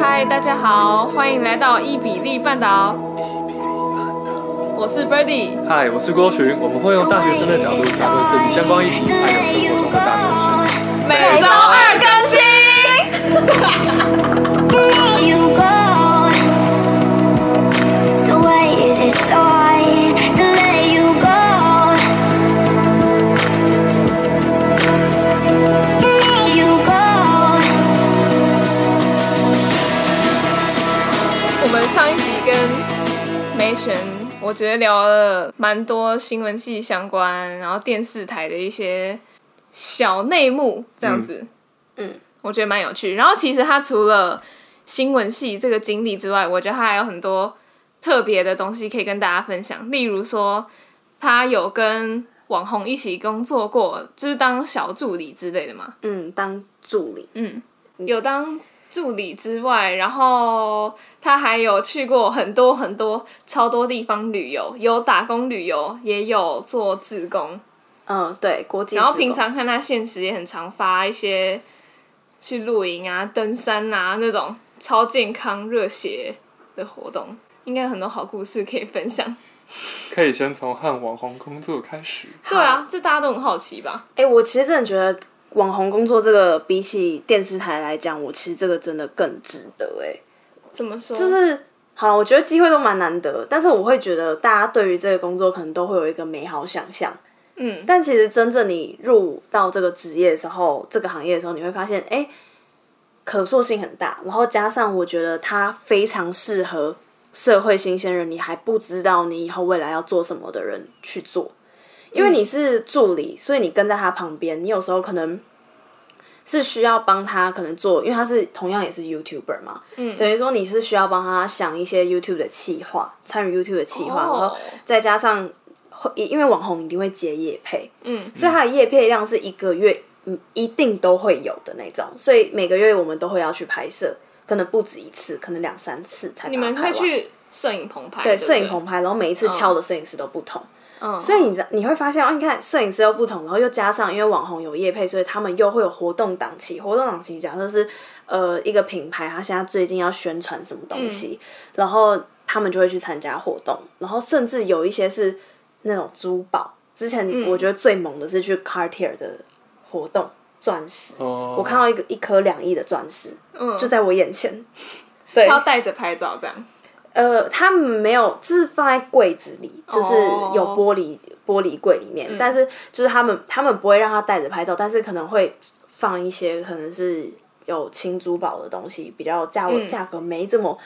嗨，大家好，欢迎来到伊比利半岛，我是 Birdy。嗨，我是郭群，我们会用大学生的角度谈论设计相关议题，还有生活中的大小事。每周二更新。我们上一集跟梅璇，我觉得聊了蛮多新闻系相关，然后电视台的一些小内幕这样子，嗯嗯我觉得蛮有趣。然后其实他除了新闻系这个经历之外，我觉得他还有很多特别的东西可以跟大家分享，例如说他有跟网红一起工作过，就是当小助理之类的嘛。嗯，当助理，嗯，有当助理之外，然后他还有去过很多很多超多地方旅游，有打工旅游，也有做志工。嗯，对，国际职工。然后平常看他现实也很常发一些去露营啊、登山啊那种超健康热血的活动，应该有很多好故事可以分享。可以先从和网红工作开始。对啊，这大家都很好奇吧？哎、我其实真的觉得网红工作这个，比起电视台来讲，我其实这个真的更值得哎、怎么说？就是好，我觉得机会都蛮难得，但是我会觉得大家对于这个工作可能都会有一个美好想象，嗯，但其实真正你入到这个职业的时候，这个行业的时候，你会发现，哎、可塑性很大，然后加上我觉得它非常适合社会新鲜人，你还不知道你以后未来要做什么的人去做，嗯因为你是助理，所以你跟在他旁边，你有时候可能。是需要帮他可能做，因为他是同样也是 YouTuber 嘛，嗯等于说你是需要帮他想一些 YouTube 的企划，参与 YouTube 的企划，然哦后再加上会因为网红一定会接业配，嗯所以它的业配量是一个月嗯一定都会有的那种，所以每个月我们都会要去拍摄，可能不止一次，可能两三次才把它你们会拍完去摄影棚拍？对对不摄对，影棚拍，然后每一次敲的摄影师都不同，嗯，所以你知你会发现哦，你看摄影师又不同，然后又加上因为网红有业配，所以他们又会有活动档期。活动档期假设是呃一个品牌，它现在最近要宣传什么东西，然后他们就会去参加活动，然后甚至有一些是那种珠宝。之前我觉得最猛的是去 Cartier 的活动，钻石，哦我看到一个一颗两亿的钻石，嗯就在我眼前。对，他要带着拍照这样。呃，他们没有，就是放在柜子里，就是哦嗯有玻璃、玻璃柜里面，但是就是他们他们不会让他带着拍照，但是可能会放一些可能是有轻珠宝的东西，比较价位嗯价格没这么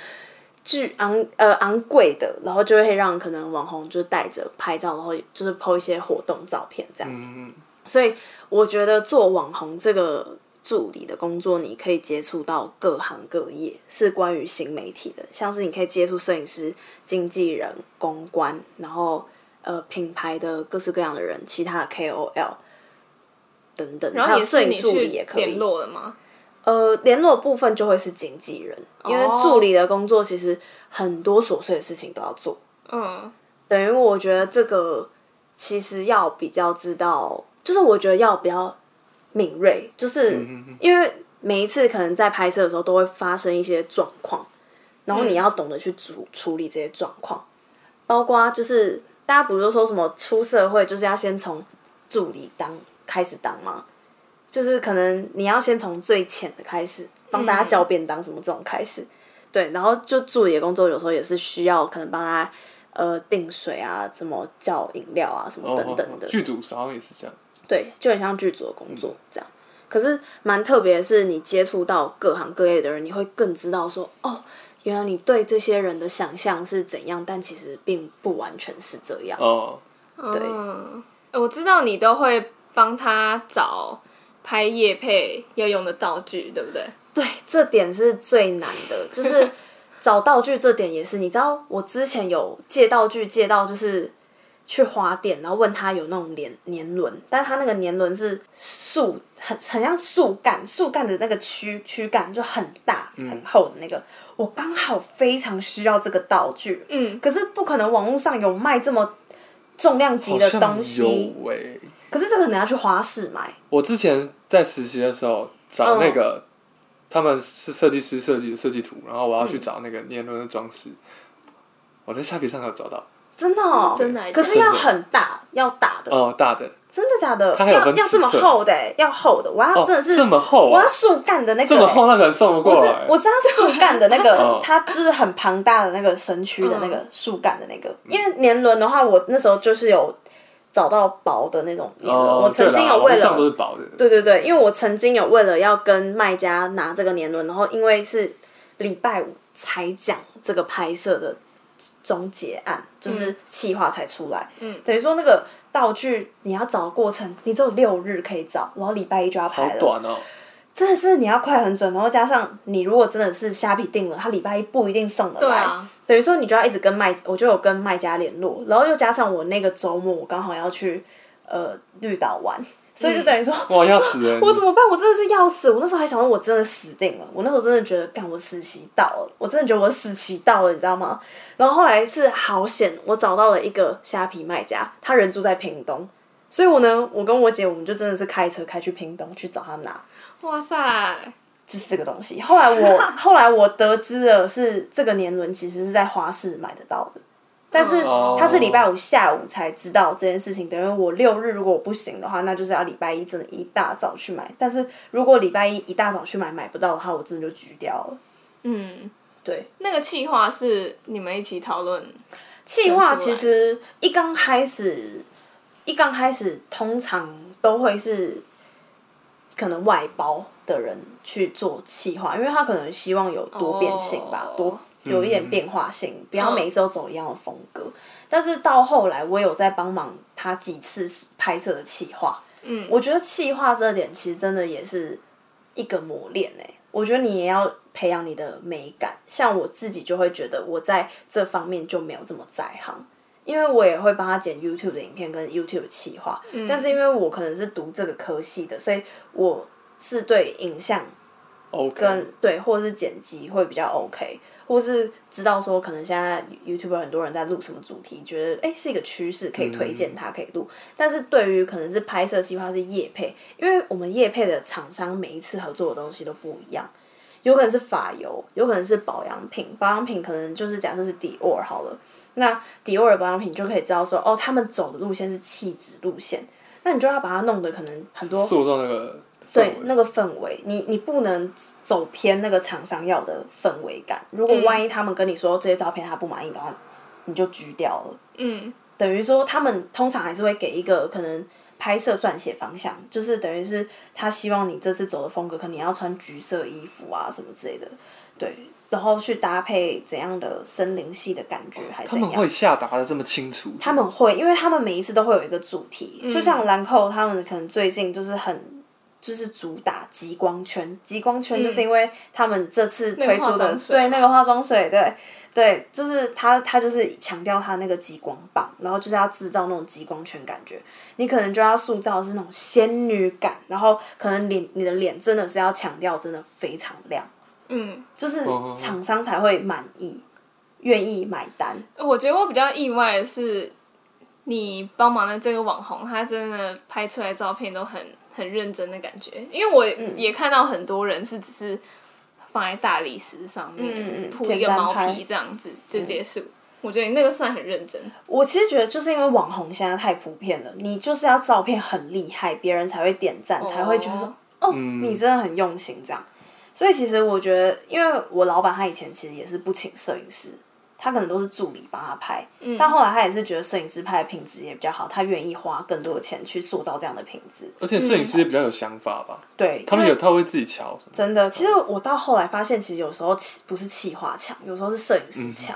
巨昂呃昂贵的，然后就会让可能网红就带着拍照，然后就是 PO 一些活动照片这样。嗯，所以我觉得做网红这个助理的工作，你可以接触到各行各业，是关于新媒体的，像是你可以接触摄影师、经纪人、公关，然后呃品牌的各式各样的人，其他的 KOL 等等，然还后有也摄是影你助去理也可以联。络的吗？呃，联络部分就会是经纪人，因为哦助理的工作其实很多琐碎的事情都要做，嗯，等于我觉得这个其实要比较知道，就是我觉得要比较敏锐，嗯就是因为每一次可能在拍摄的时候都会发生一些状况，然后你要懂得去处处理这些状况，包括就是大家不是都说什么出社会就是要先从助理当开始当吗？就是可能你要先从最浅的开始，帮大家叫便当什么这种开始，对，然后就助理的工作有时候也是需要可能帮他呃订水啊，怎么叫饮料啊，什么哦，等等的，剧组好像也是这样。对，就很像剧组的工作这样。可是蛮特别的是，你接触到各行各业的人，你会更知道说，哦，原来你对这些人的想象是怎样，但其实并不完全是这样。哦，对嗯，我知道你都会帮他找拍夜配要用的道具，对不对？对，这点是最难的，就是找道具这点也是。你知道，我之前有借道具，借到就是去花店，然后问他有那种年年轮，但是他那个年轮是树，很很像树干，树干的那个躯躯干就很大很厚的那个。我刚好非常需要这个道具，嗯，可是不可能网络上有卖这么重量级好的像东西，有欸诶、可是这个可能要去花市买。嗯我之前在实习的时候找那个他们是设计师设计的设计图，然后我要嗯去找那个年轮的装饰，我在虾皮上有找到真的哦，真的还是可是要真的很大，要大的，哦，大的真的假的？它还有要分要这么尺寸厚的欸，要厚的，我要哦，真的是这么厚我啊要，树干的那个欸，这么厚，那可能送不我过是来。我知道树干的那个 哦，嗯它就是很庞大的那个身躯的那个树干的那个，因为年轮的话，我那时候就是有找到薄的那种年轮，哦，我曾经有为对啦网络上都了。是薄的，对对对，因为我曾经有为了要跟卖家拿这个年轮，然后因为是礼拜五才讲这个拍摄的终结案，就是企划才出来，嗯等于说那个道具你要找的过程，你只有六日可以找，然后礼拜一就要好拍了，短哦，真的是你要快很准，然后加上你如果真的是虾皮定了，他礼拜一不一定送得来，对啊，等于说你就要一直跟卖，我就有跟卖家联络，然后又加上我那个周末我刚好要去呃绿岛玩，嗯所以就等于说、哇，要死人！ 我怎么办？我真的是要死！我那时候还想说，我真的死定了。我那时候真的觉得，干我死期到了，我真的觉得我死期到了，你知道吗？然后后来是好险，我找到了一个虾皮卖家，他人住在屏东，所以我呢，我跟我姐我们就真的是开车开去屏东去找他拿。哇塞，就是这个东西。后 来我后来我得知了是这个年轮其实是在花市买得到的，但是哦他是礼拜五下午才知道这件事情，等于我六日如果我不行的话，那就是要礼拜一真的一大早去买。但是如果礼拜一一大早去买买不到的话，我真的就举掉了。嗯，对，那个气话是你们一起讨论，计划生出来其实一刚开始，一刚开始通常都会是可能外包的人去做企划，因为他可能希望有多变性吧哦多有一点变化性，不要每一次都走一样的风格。但是到后来，我有在帮忙他几次拍摄的企划，嗯，我觉得企划这点其实真的也是一个磨练哎、我觉得你也要培养你的美感。像我自己就会觉得我在这方面就没有这么在行，因为我也会帮他剪 YouTube 的影片跟 YouTube 的企划，但是因为我可能是读这个科系的，所以我是对影像 OK，跟对，或者是剪辑会比较 OK，或是知道说可能现在 YouTube 很多人在录什么主题，觉得哎、诶是一个趋势，可以推荐它可以录。但是对于可能是拍摄计划是业配，因为我们业配的厂商每一次合作的东西都不一样，有可能是发油，有可能是保养品，保养品可能就是假设是 Dior 好了，那 Dior 的保养品就可以知道说哦，他们走的路线是气质路线，那你就要把它弄得可能很多塑造那个对氛围那个氛围，你你不能走偏那个厂商要的氛围感。如嗯果万一他们跟你说这些照片他不满意的话，你就狙掉了。嗯，等于说他们通常还是会给一个可能拍摄撰写方向，就是等于是他希望你这次走的风格，可能你要穿橘色衣服啊什么之类的，对，然后去搭配怎样的森林系的感觉，还是他怎们样？会下达的这么清楚，他们会，因为他们每一次都会有一个主题，嗯就像兰蔻他们可能最近就是很就是主打极光圈，极光圈就是因为他们这次推出那个化的、妆水对那个化妆水，对对，就是他他就是强调他那个极光棒，然后就是要制造那种极光圈感觉，你可能就要塑造的是那种仙女感，然后可能脸你的脸真的是要强调真的非常亮，嗯，就是嗯厂商才会满意，愿意买单。我觉得我比较意外的是，你帮忙的这个网红，他真的拍出来的照片都很很认真的感觉，因为我也看到很多人是只是放在大理石上嗯嗯面嗯铺、一简个单毛拍皮这样子就结束。我觉得你那个算很认真，我其实觉得，就是因为网红现在太普遍了，你就是要照片很厉害，别人才会点赞，才会觉得说，哦，嗯你真的很用心这样。所以其实我觉得，因为我老板他以前其实也是不请摄影师，他可能都是助理帮他拍，但后来他也是觉得摄影师拍的品质也比较好，他愿意花更多的钱去塑造这样的品质。而且摄影师也比较有想法吧，对，他们嗯因为有他会自己瞧什么，真的，其实我到后来发现，其实有时候气不是气化强，有时候是摄影师强。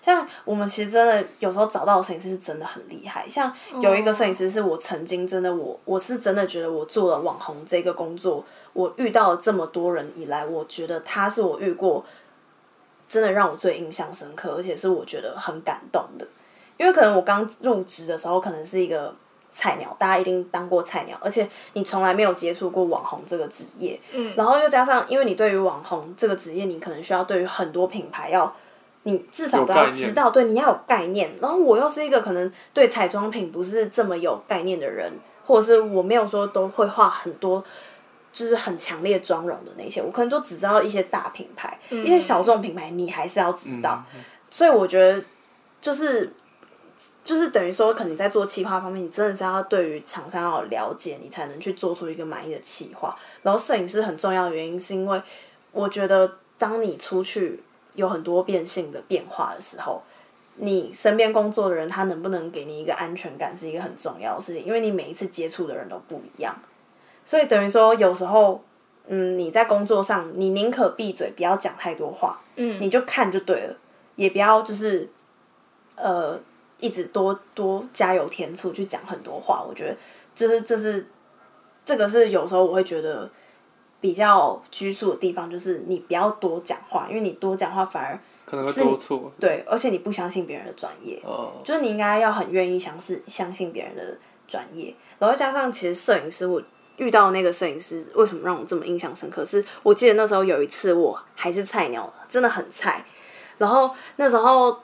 像我们其实真的有时候找到的摄影师是真的很厉害，像有一个摄影师是我曾经真的我我是真的觉得我做了网红这个工作，我遇到了这么多人以来，我觉得他是我遇过真的让我最印象深刻，而且是我觉得很感动的。因为可能我刚入职的时候，可能是一个菜鸟，大家一定当过菜鸟，而且你从来没有接触过网红这个职业，嗯，然后又加上，因为你对于网红这个职业，你可能需要对于很多品牌要，你至少都有概要念知道，对，你要有概念。然后我又是一个可能对彩妆品不是这么有概念的人，或者是我没有说都会画很多就是很强烈妆容的那些，我可能都只知道一些大品牌，嗯一些小众品牌你还是要知道。所以我觉得就是就是等于说，可能在做企划方面，你真的是要对于厂商要有了解，你才能去做出一个满意的企划。然后摄影师很重要的原因，是因为我觉得当你出去有很多变性的变化的时候。你身边工作的人，他能不能给你一个安全感，是一个很重要的事情，因为你每一次接触的人都不一样，所以等于说有时候，嗯，你在工作上，你宁可闭嘴，不要讲太多话，嗯你就看就对了，也不要就是，呃，一直多多加油添醋去讲很多话。我觉得就是这是这个是有时候我会觉得比较拘束的地方，就是你不要多讲话，因为你多讲话反而可能会是多错。对，而且你不相信别人的专业，哦，就是你应该要很愿意相信相信别人的专业，然后加上其实摄影师我。遇到那个摄影师，为什么让我这么印象深刻？是我记得那时候有一次我还是菜鸟，真的很菜。然后那时候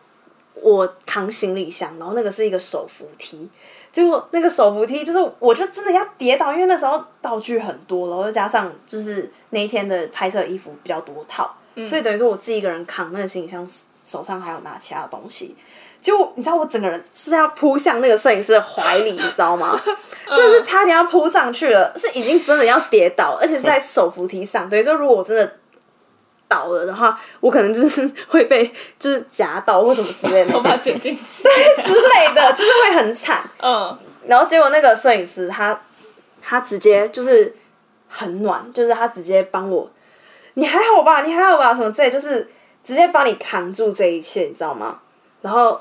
我扛行李箱，然后那个是一个手扶梯，结果那个手扶梯就是我就真的要跌倒，因为那时候道具很多，然后又加上就是那一天的拍摄衣服比较多套，所以等于说我自己一个人扛那个行李箱，手上还有拿其他的东西。结果你知道我整个人是要扑向那个摄影师的怀里，你知道吗？真的是差点要扑上去了，是已经真的要跌倒，而且是在手扶梯上。等于说，如果我真的倒了的话，我可能就是会被就是夹到或什么之类的头那种发卷进去，之类的，就是会很惨。嗯，然后结果那个摄影师他他直接就是很暖，就是他直接帮我，你还好吧？你还好吧？什么之类，就是直接帮你扛住这一切，你知道吗？然后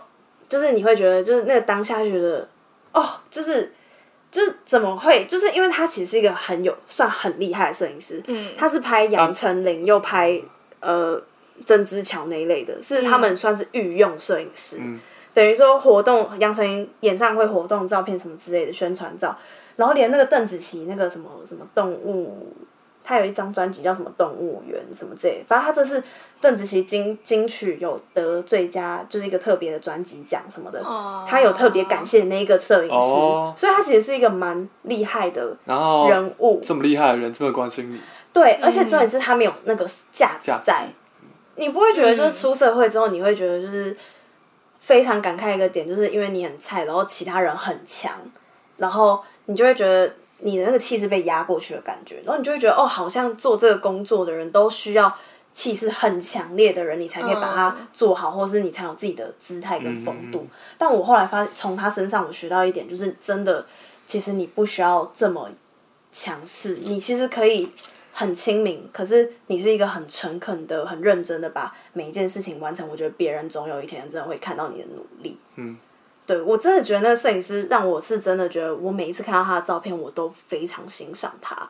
就是你会觉得，就是那个当下觉得，哦，就是就是怎么会？就是因为他其实是一个很有算很厉害的摄影师，嗯他是拍杨丞琳又拍呃郑之乔那一类的，是他们算是御用摄影师。嗯等于说活动杨丞琳演唱会活动照片什么之类的宣传照，然后连那个邓紫棋那个什么什么动物，她有一张专辑叫什么动物园什么之类的，反正她这次邓紫棋金金曲有得最佳，就是一个特别的专辑奖什么的，哦她有特别感谢那一个摄影师，哦所以她其实是一个蛮厉害的然后人物。这么厉害的人这么关心你，对，而且重点是他没有那个价值价值在，你不会觉得就是出社会之后，你会觉得就是非常感慨一个点，就是因为你很菜，然后其他人很强，然后你就会觉得你的那个气势被压过去的感觉，然后你就会觉得哦，好像做这个工作的人都需要气势很强烈的人，你才可以把它做好，或是你才有自己的姿态跟风度。嗯嗯但我后来发从他身上我学到一点，就是真的，其实你不需要这么强势，你其实可以很亲民，可是你是一个很诚恳的、很认真的把每一件事情完成。我觉得别人总有一天真的会看到你的努力。嗯，对我真的觉得那个摄影师让我是真的觉得，我每一次看到他的照片，我都非常欣赏他，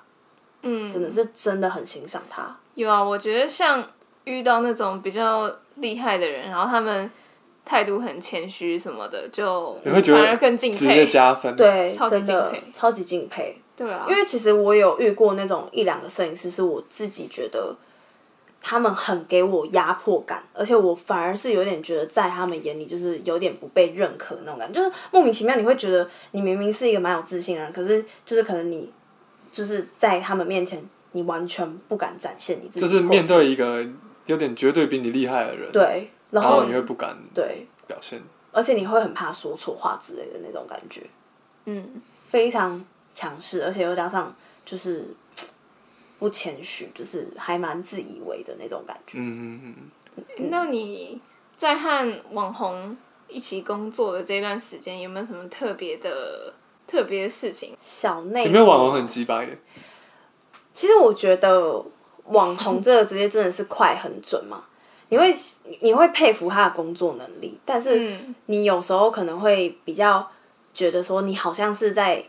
嗯，真的是真的很欣赏他。嗯有啊，我觉得像遇到那种比较厉害的人，然后他们态度很谦虚什么的，就你会觉得反而更敬职佩。业加分。，对，超级真敬的佩超级敬佩。对啊，因为其实我有遇过那种一两个摄影师，是我自己觉得他们很给我压迫感，而且我反而是有点觉得在他们眼里就是有点不被认可那种感觉，就是莫名其妙你会觉得你明明是一个蛮有自信的人，可是就是可能你就是在他们面前你完全不敢展现你自己，就是面对一个有点绝对比你厉害的人，对，然然后后你会不敢对，表现。而且你会很怕说错话之类的那种感觉，嗯，非常强势，而且又加上就是不谦虚，就是还蛮自以为的那种感觉。嗯嗯嗯，那你在和网红一起工作的这段时间，有没有什么特别的特别的事情？小内有没有网红很鸡巴耶？其实我觉得网红这个职业真的是快很准嘛，你会你会佩服他的工作能力，但是嗯你有时候可能会比较觉得说你好像是在。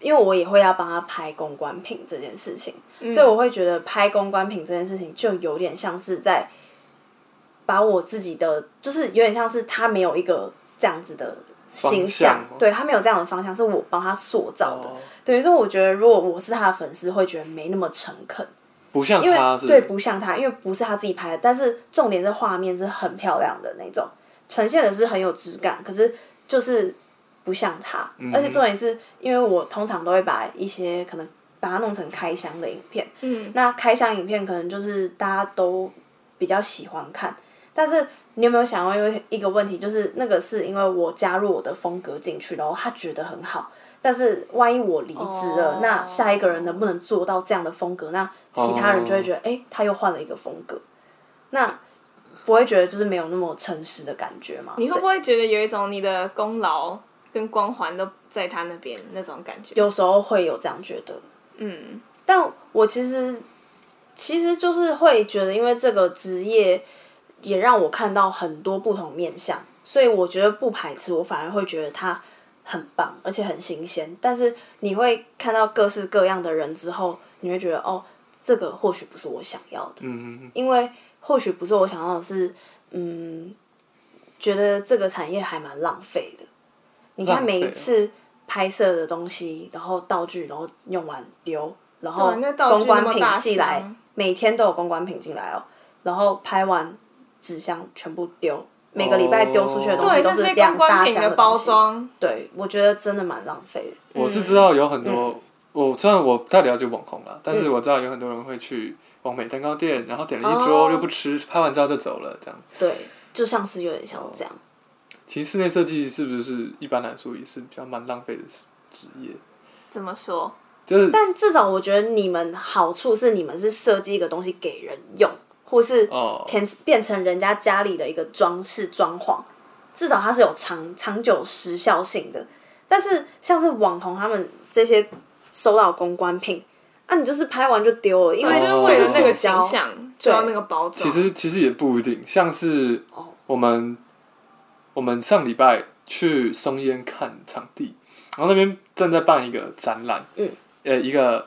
因为我也会要帮他拍公关品这件事情，嗯所以我会觉得拍公关品这件事情就有点像是在把我自己的，就是有点像是他没有一个这样子的形方向象哦，对他没有这样的方向，是我帮他塑造的。哦等于说，我觉得如果我是他的粉丝，会觉得没那么诚恳，不像因为他是嗯对不像他，因为不是他自己拍的，但是重点是画面是很漂亮的那种，呈现的是很有质感，可是嗯就是不像他，而且重点是因为我通常都会把一些可能。把它弄成开箱的影片。嗯，那开箱影片可能就是大家都比较喜欢看，但是你有没有想过一个一个问题，就是那个是因为我加入我的风格进去，然后他觉得很好，但是万一我离职了，哦那下一个人能不能做到这样的风格？那其他人就会觉得，哎、他又换了一个风格，那不会觉得就是没有那么诚实的感觉吗？你会不会觉得有一种你的功劳跟光环都在他那边那种感觉？有时候会有这样觉得，嗯，但我其实其实就是会觉得，因为这个职业也让我看到很多不同面相，所以我觉得不排斥，我反而会觉得它很棒，而且很新鲜。但是你会看到各式各样的人之后，你会觉得哦，这个或许不是我想要的，嗯，因为或许不是我想要的是，嗯，觉得这个产业还蛮浪费的。你浪看费每一哦次拍摄的东西，然后道具，然后用完丢，然后对那道具哦公关那么品大寄来箱，每天都有公关品进来哦，然后拍完纸箱全部丢，每个礼拜丢出去的东西哦对，都那是些两公大关品箱的东包西，装，对我觉得真的蛮浪费的。嗯我是知道有很多，我虽然我不太了解网红嗯啦，但是我知道有很多人会去完美蛋糕店，然后点了一桌哦又不吃，拍完照就走了，这样。对，就像是有点像这样。其实室内设计是不是一般来说也是比较蛮浪费的职业？怎么说？就是但至少我觉得你们好处是你们是设计一个东西给人用，或是哦变变成人家家里的一个装饰装潢，至少它是有长长久时效性的。但是像是网红他们这些收到公关品，啊，你就是拍完就丢了，因为就是哦为了那个塑胶形象，就要那个包装。其实其实也不一定，像是哦我们我们上礼拜去松烟看场地，然后那边正在办一个展览，嗯，呃，一个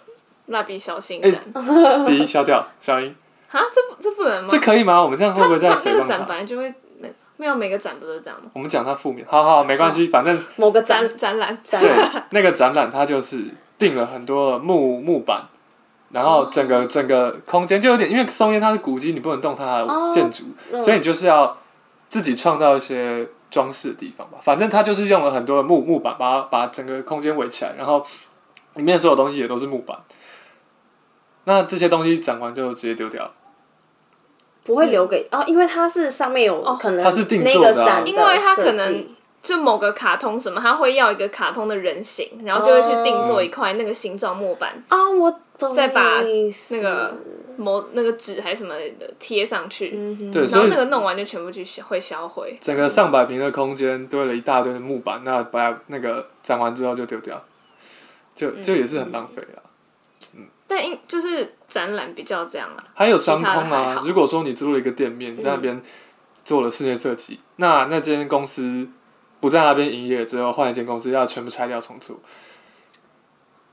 蜡笔小新哎展啊，第一消掉 小英，这不这不能吗这？可以吗？我们这样会他不会在嗯他诽那个谤展他？本来就会那没有每个展不都是这样吗？我们讲它负面，好好没关系，反正某个展展展览展对那个展览，它就是定了很多木木板。然后整个整个空间就有点，因为松烟它是古迹，你不能动它的建筑，嗯所以你就是要自己创造一些装饰的地方吧。反正它就是用了很多的木木板，把它把整个空间围起来，然后里面所有东西也都是木板。那这些东西展完就直接丢掉了，不会留给哦，因为它是上面有可能它是定那做个的啊展的设计，哦因为它可能就某个卡通什么，他会要一个卡通的人形，然后就会哦去定做一块那个形状木板，啊，我懂再把你意思那个某那个纸还是什么的贴上去，嗯哼对，然所后以那个弄完就全部去销会销毁。整个上百平的空间堆了一大堆的木板，那把那个展完之后就丢掉，就嗯就也是很浪费啊了。但因就是展览比较这样啦，还有商其空他的还啊好，如果说你租了一个店面，在那边做了室内设计，那那间公司不在那边营业之后，换一间公司要全部拆掉重做。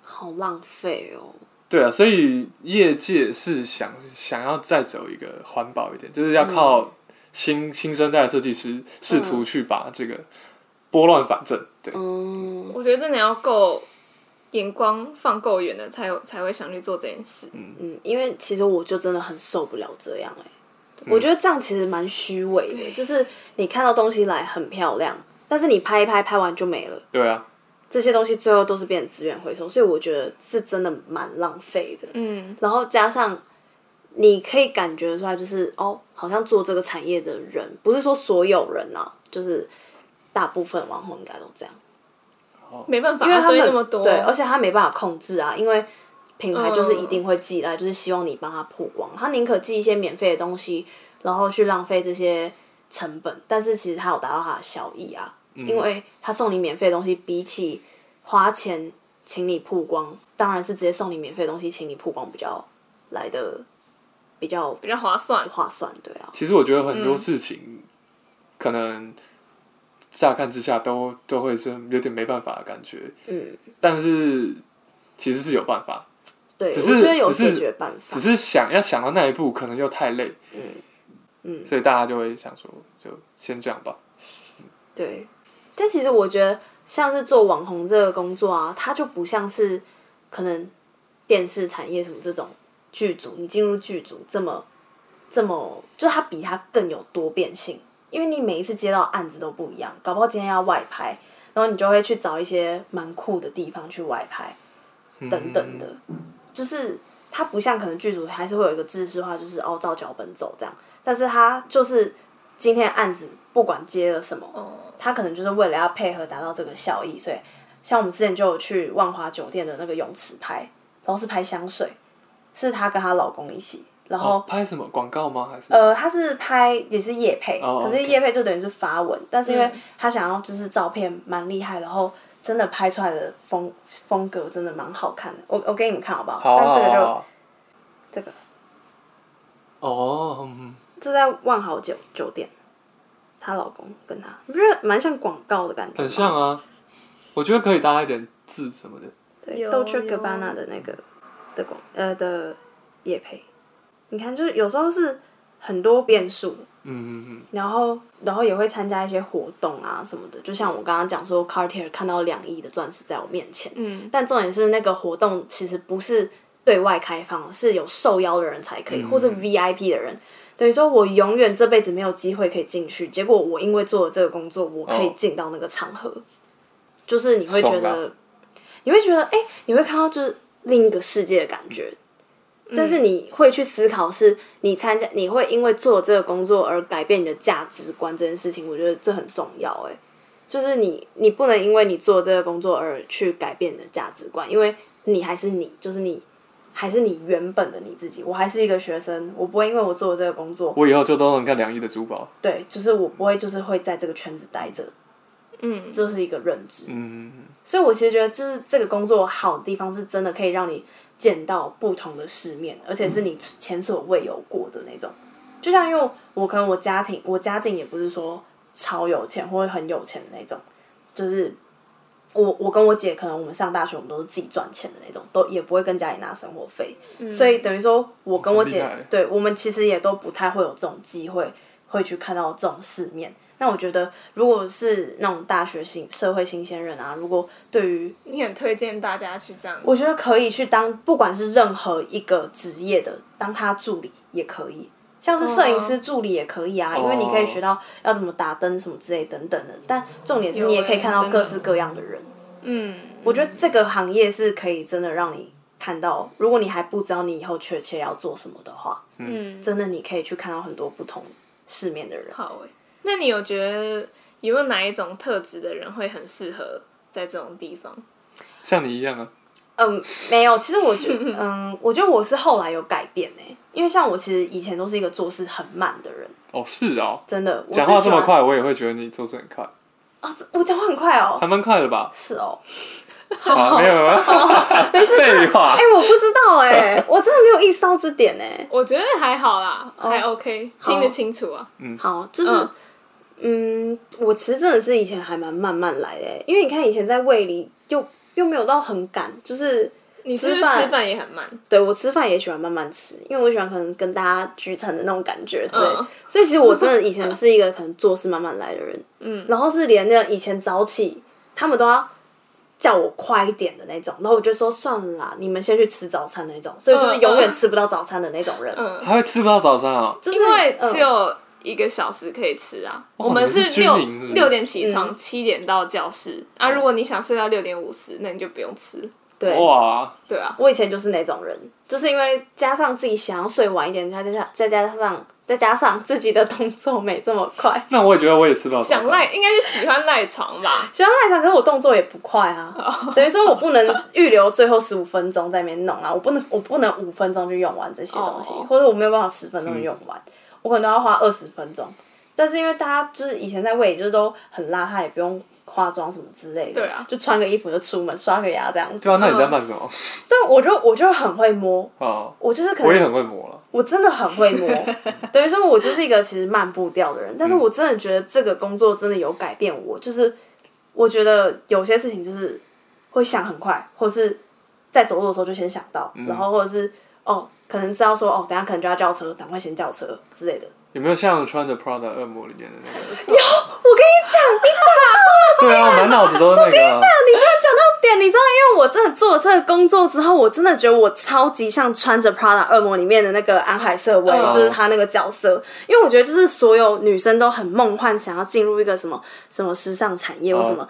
好浪费哦。对啊，所以业界是想想要再走一个环保一点，就嗯是要靠新、新生代的设计师试图去把这个拨乱反正。对，嗯，我觉得真的要够眼光放够远的，才有才会想去做这件事。嗯，因为其实我就真的很受不了这样哎、我觉得这样其实蛮虚伪的，嗯对就是你看到东西来很漂亮，但是你拍一拍，拍完就没了，对啊，这些东西最后都是变成资源回收，所以我觉得是真的蛮浪费的。嗯， 然后加上你可以感觉出来，就是哦，好像做这个产业的人，不是说所有人啊，就是大部分网红应该都这样，没办法，啊因为他堆们那么啊多，对，而且他没办法控制啊，因为品牌就是嗯一定会寄来，就是希望你帮他曝光，他宁可寄一些免费的东西，然后去浪费这些成本，但是其实他有达到他的效益啊，嗯因为他送你免费的东西，比起花钱请你曝光，当然是直接送你免费的东西，请你曝光比较来的比较比较划算。划算，对啊，其实我觉得很多事情可能乍看之下都都会是有点没办法的感觉，嗯，但是其实是有办法，对，只是我觉得有只是解决办法，只是想要想到那一步，可能又太累，嗯所以大家就会想说，就先这样吧。对，但其实我觉得像是做网红这个工作啊，它就不像是可能电视产业什么这种剧组，你进入剧组这么这么，就它比它更有多变性，因为你每一次接到案子都不一样，搞不好今天要外拍，嗯然后你就会去找一些蛮酷的地方去外拍，等等的。就是它不像可能剧组还是会有一个制式化，就是哦照脚本走这样，但是它就是今天案子不管接了什么，哦它可能就是为了要配合达到这个效益，所以像我们之前就有去万华酒店的那个泳池拍，然后是拍香水，是她跟她老公一起，然后哦，拍什么广告吗？还是呃，他是拍也是叶配，哦可是 OK 叶配就等于是发文，但是因为嗯他想要就是照片蛮厉害，然后真的拍出来的风风格真的蛮好看的。我我给你们看好不好？好啊但这个就好啊这个哦，嗯这在万豪酒酒店，她老公跟她，不是蛮像广告的感觉吗，很像啊。我觉得可以搭一点字什么的。对有 Dolce 有 Gabbana 的那个的广呃的叶配，你看就是有时候是很多变数的。嗯嗯嗯，然后，然后也会参加一些活动啊什么的，就像我刚刚讲说，Cartier 看到两亿的钻石在我面前，嗯，但重点是那个活动其实不是对外开放，是有受邀的人才可以，嗯或是 VIP 的人。等于说我永远这辈子没有机会可以进去，结果我因为做了这个工作，我可以哦进到那个场合，就是你会觉爽啊得，你会觉得，哎、你会看到就是另一个世界的感觉。但是你会去思考，是你参加，你会因为做这个工作而改变你的价值观这件事情，我觉得这很重要、哎，就是你，你不能因为你做这个工作而去改变你的价值观，因为你还是你，就是你，还是你原本的你自己。我还是一个学生，我不会因为我做了这个工作，我以后就都能看两亿的珠宝。对，就是我不会就是会在这个圈子待着，嗯，这是一个认知。嗯，嗯所以我其实觉得，就是这个工作好的地方，是真的可以让你见到不同的世面，而且是你前所未有过的那种。就像因为我可能我家庭，我家境也不是说超有钱或者很有钱的那种，就是我我跟我姐，可能我们上大学，我们都是自己赚钱的那种，都也不会跟家里拿生活费，所以等于说我跟我姐很厉害，对我们其实也都不太会有这种机会会去看到这种世面。那我觉得，如果是那种大学新社会新鲜人啊，如果对于你很推荐大家去这样，我觉得可以去当，不管是任何一个职业的，当他助理也可以，像是摄影师助理也可以啊，因为你可以学到要怎么打灯什么之类等等的。但重点是你也可以看到各式各欸样的人。嗯，我觉得这个行业是可以真的让你看到，如果你还不知道你以后确切要做什么的话，嗯，真的你可以去看到很多不同世面的人。好诶。那你有觉得有没有哪一种特质的人会很适合在这种地方？像你一样啊。嗯，没有。其实我觉得，嗯，我觉得我是后来有改变呢、因为像我其实以前都是一个做事很慢的人，哦，是哦。真的。我是讲话喜这欢么快，我也会觉得你做事很快，啊，这我讲话很快哦还。蛮快的 吧？是哦，啊，没有 啊，废话哎、。我不知道哎、我真的没有意识到这点哎、我觉得还好啦，哦还 OK，听得清楚啊。好，就是。嗯我其实真的是以前还蛮慢慢来的欸，因为你看以前在胃里又又没有到很赶，就是你是不是吃饭吃饭也很慢？对我吃饭也喜欢慢慢吃，因为我喜欢可能跟大家聚餐的那种感觉之类的嗯所以其实我真的以前是一个可能做事慢慢来 的人，嗯，然后是连那种以前早起，他们都要叫我快一点的那种，然后我就说算了啦，你们先去吃早餐那种，所以就是嗯永远吃不到早餐的那种人，还会吃不到早餐啊？就是因为只嗯有一个小时可以吃啊。我们你是六军营是不是六点起床，嗯七点到教室啊。如果你想睡到六点五十，那你就不用吃。对，哇，对啊，我以前就是那种人，就是因为加上自己想要睡晚一点，再加上再加上再加上自己的动作没这么快，那我也觉得我也吃不到早想赖餐。应该是喜欢赖床 吧？喜欢赖床，可是我动作也不快哦啊， 等于说我不能预留最后十五分钟在那边弄啊，我不能我不能五分钟就用完这些东西，哦或者我没有办法十分嗯钟就用完，我可能要花二十分钟。但是因为大家就是以前在胃里就是都很邋遢，也不用化妆什么之类的，对啊就穿个衣服就出门，刷个牙这样子。对啊，那你在慢什么？但我就我就很会摸，哦，我就是可能我也很会磨了。我真的很会摸，等于说我就是一个其实慢步调的人，但是我真的觉得这个工作真的有改变我，就是我觉得有些事情就是会想很快，或是在走路的时候就先想到，然后或者是哦，可能知道说哦，等一下可能就要叫车，赶快先叫车之类的。有没有像穿着 Prada 恶魔里面的那个？我跟你讲，你讲对啊，我满脑子都 是那个啊。你真的讲到点，你知道，因为我真的做了这个工作之后，我真的觉得我超级像穿着 Prada 恶魔里面的那个安海瑟薇，嗯就是她那个角色。因为我觉得就是所有女生都很梦幻，想要进入一个什么什么时尚产业或什么。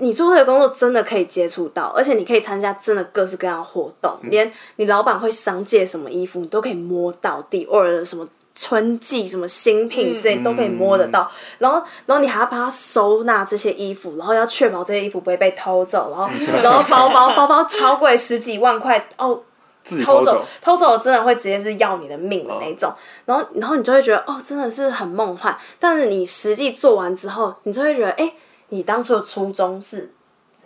你做这个工作真的可以接触到，而且你可以参加真的各式各样的活动，嗯连你老板会商借什么衣服，你都可以摸到底，或者什么春季什么新品之类嗯都可以摸得到。然后，然后你还要帮他收纳这些衣服，然后要确保这些衣服不会被偷走，然后嗯然后包包包包超贵十几万块哦，自己偷偷走走，偷走真的会直接是要你的命的那种。然后然后你就会觉得哦，真的是很梦幻。但是你实际做完之后，你就会觉得哎、你当初的初衷是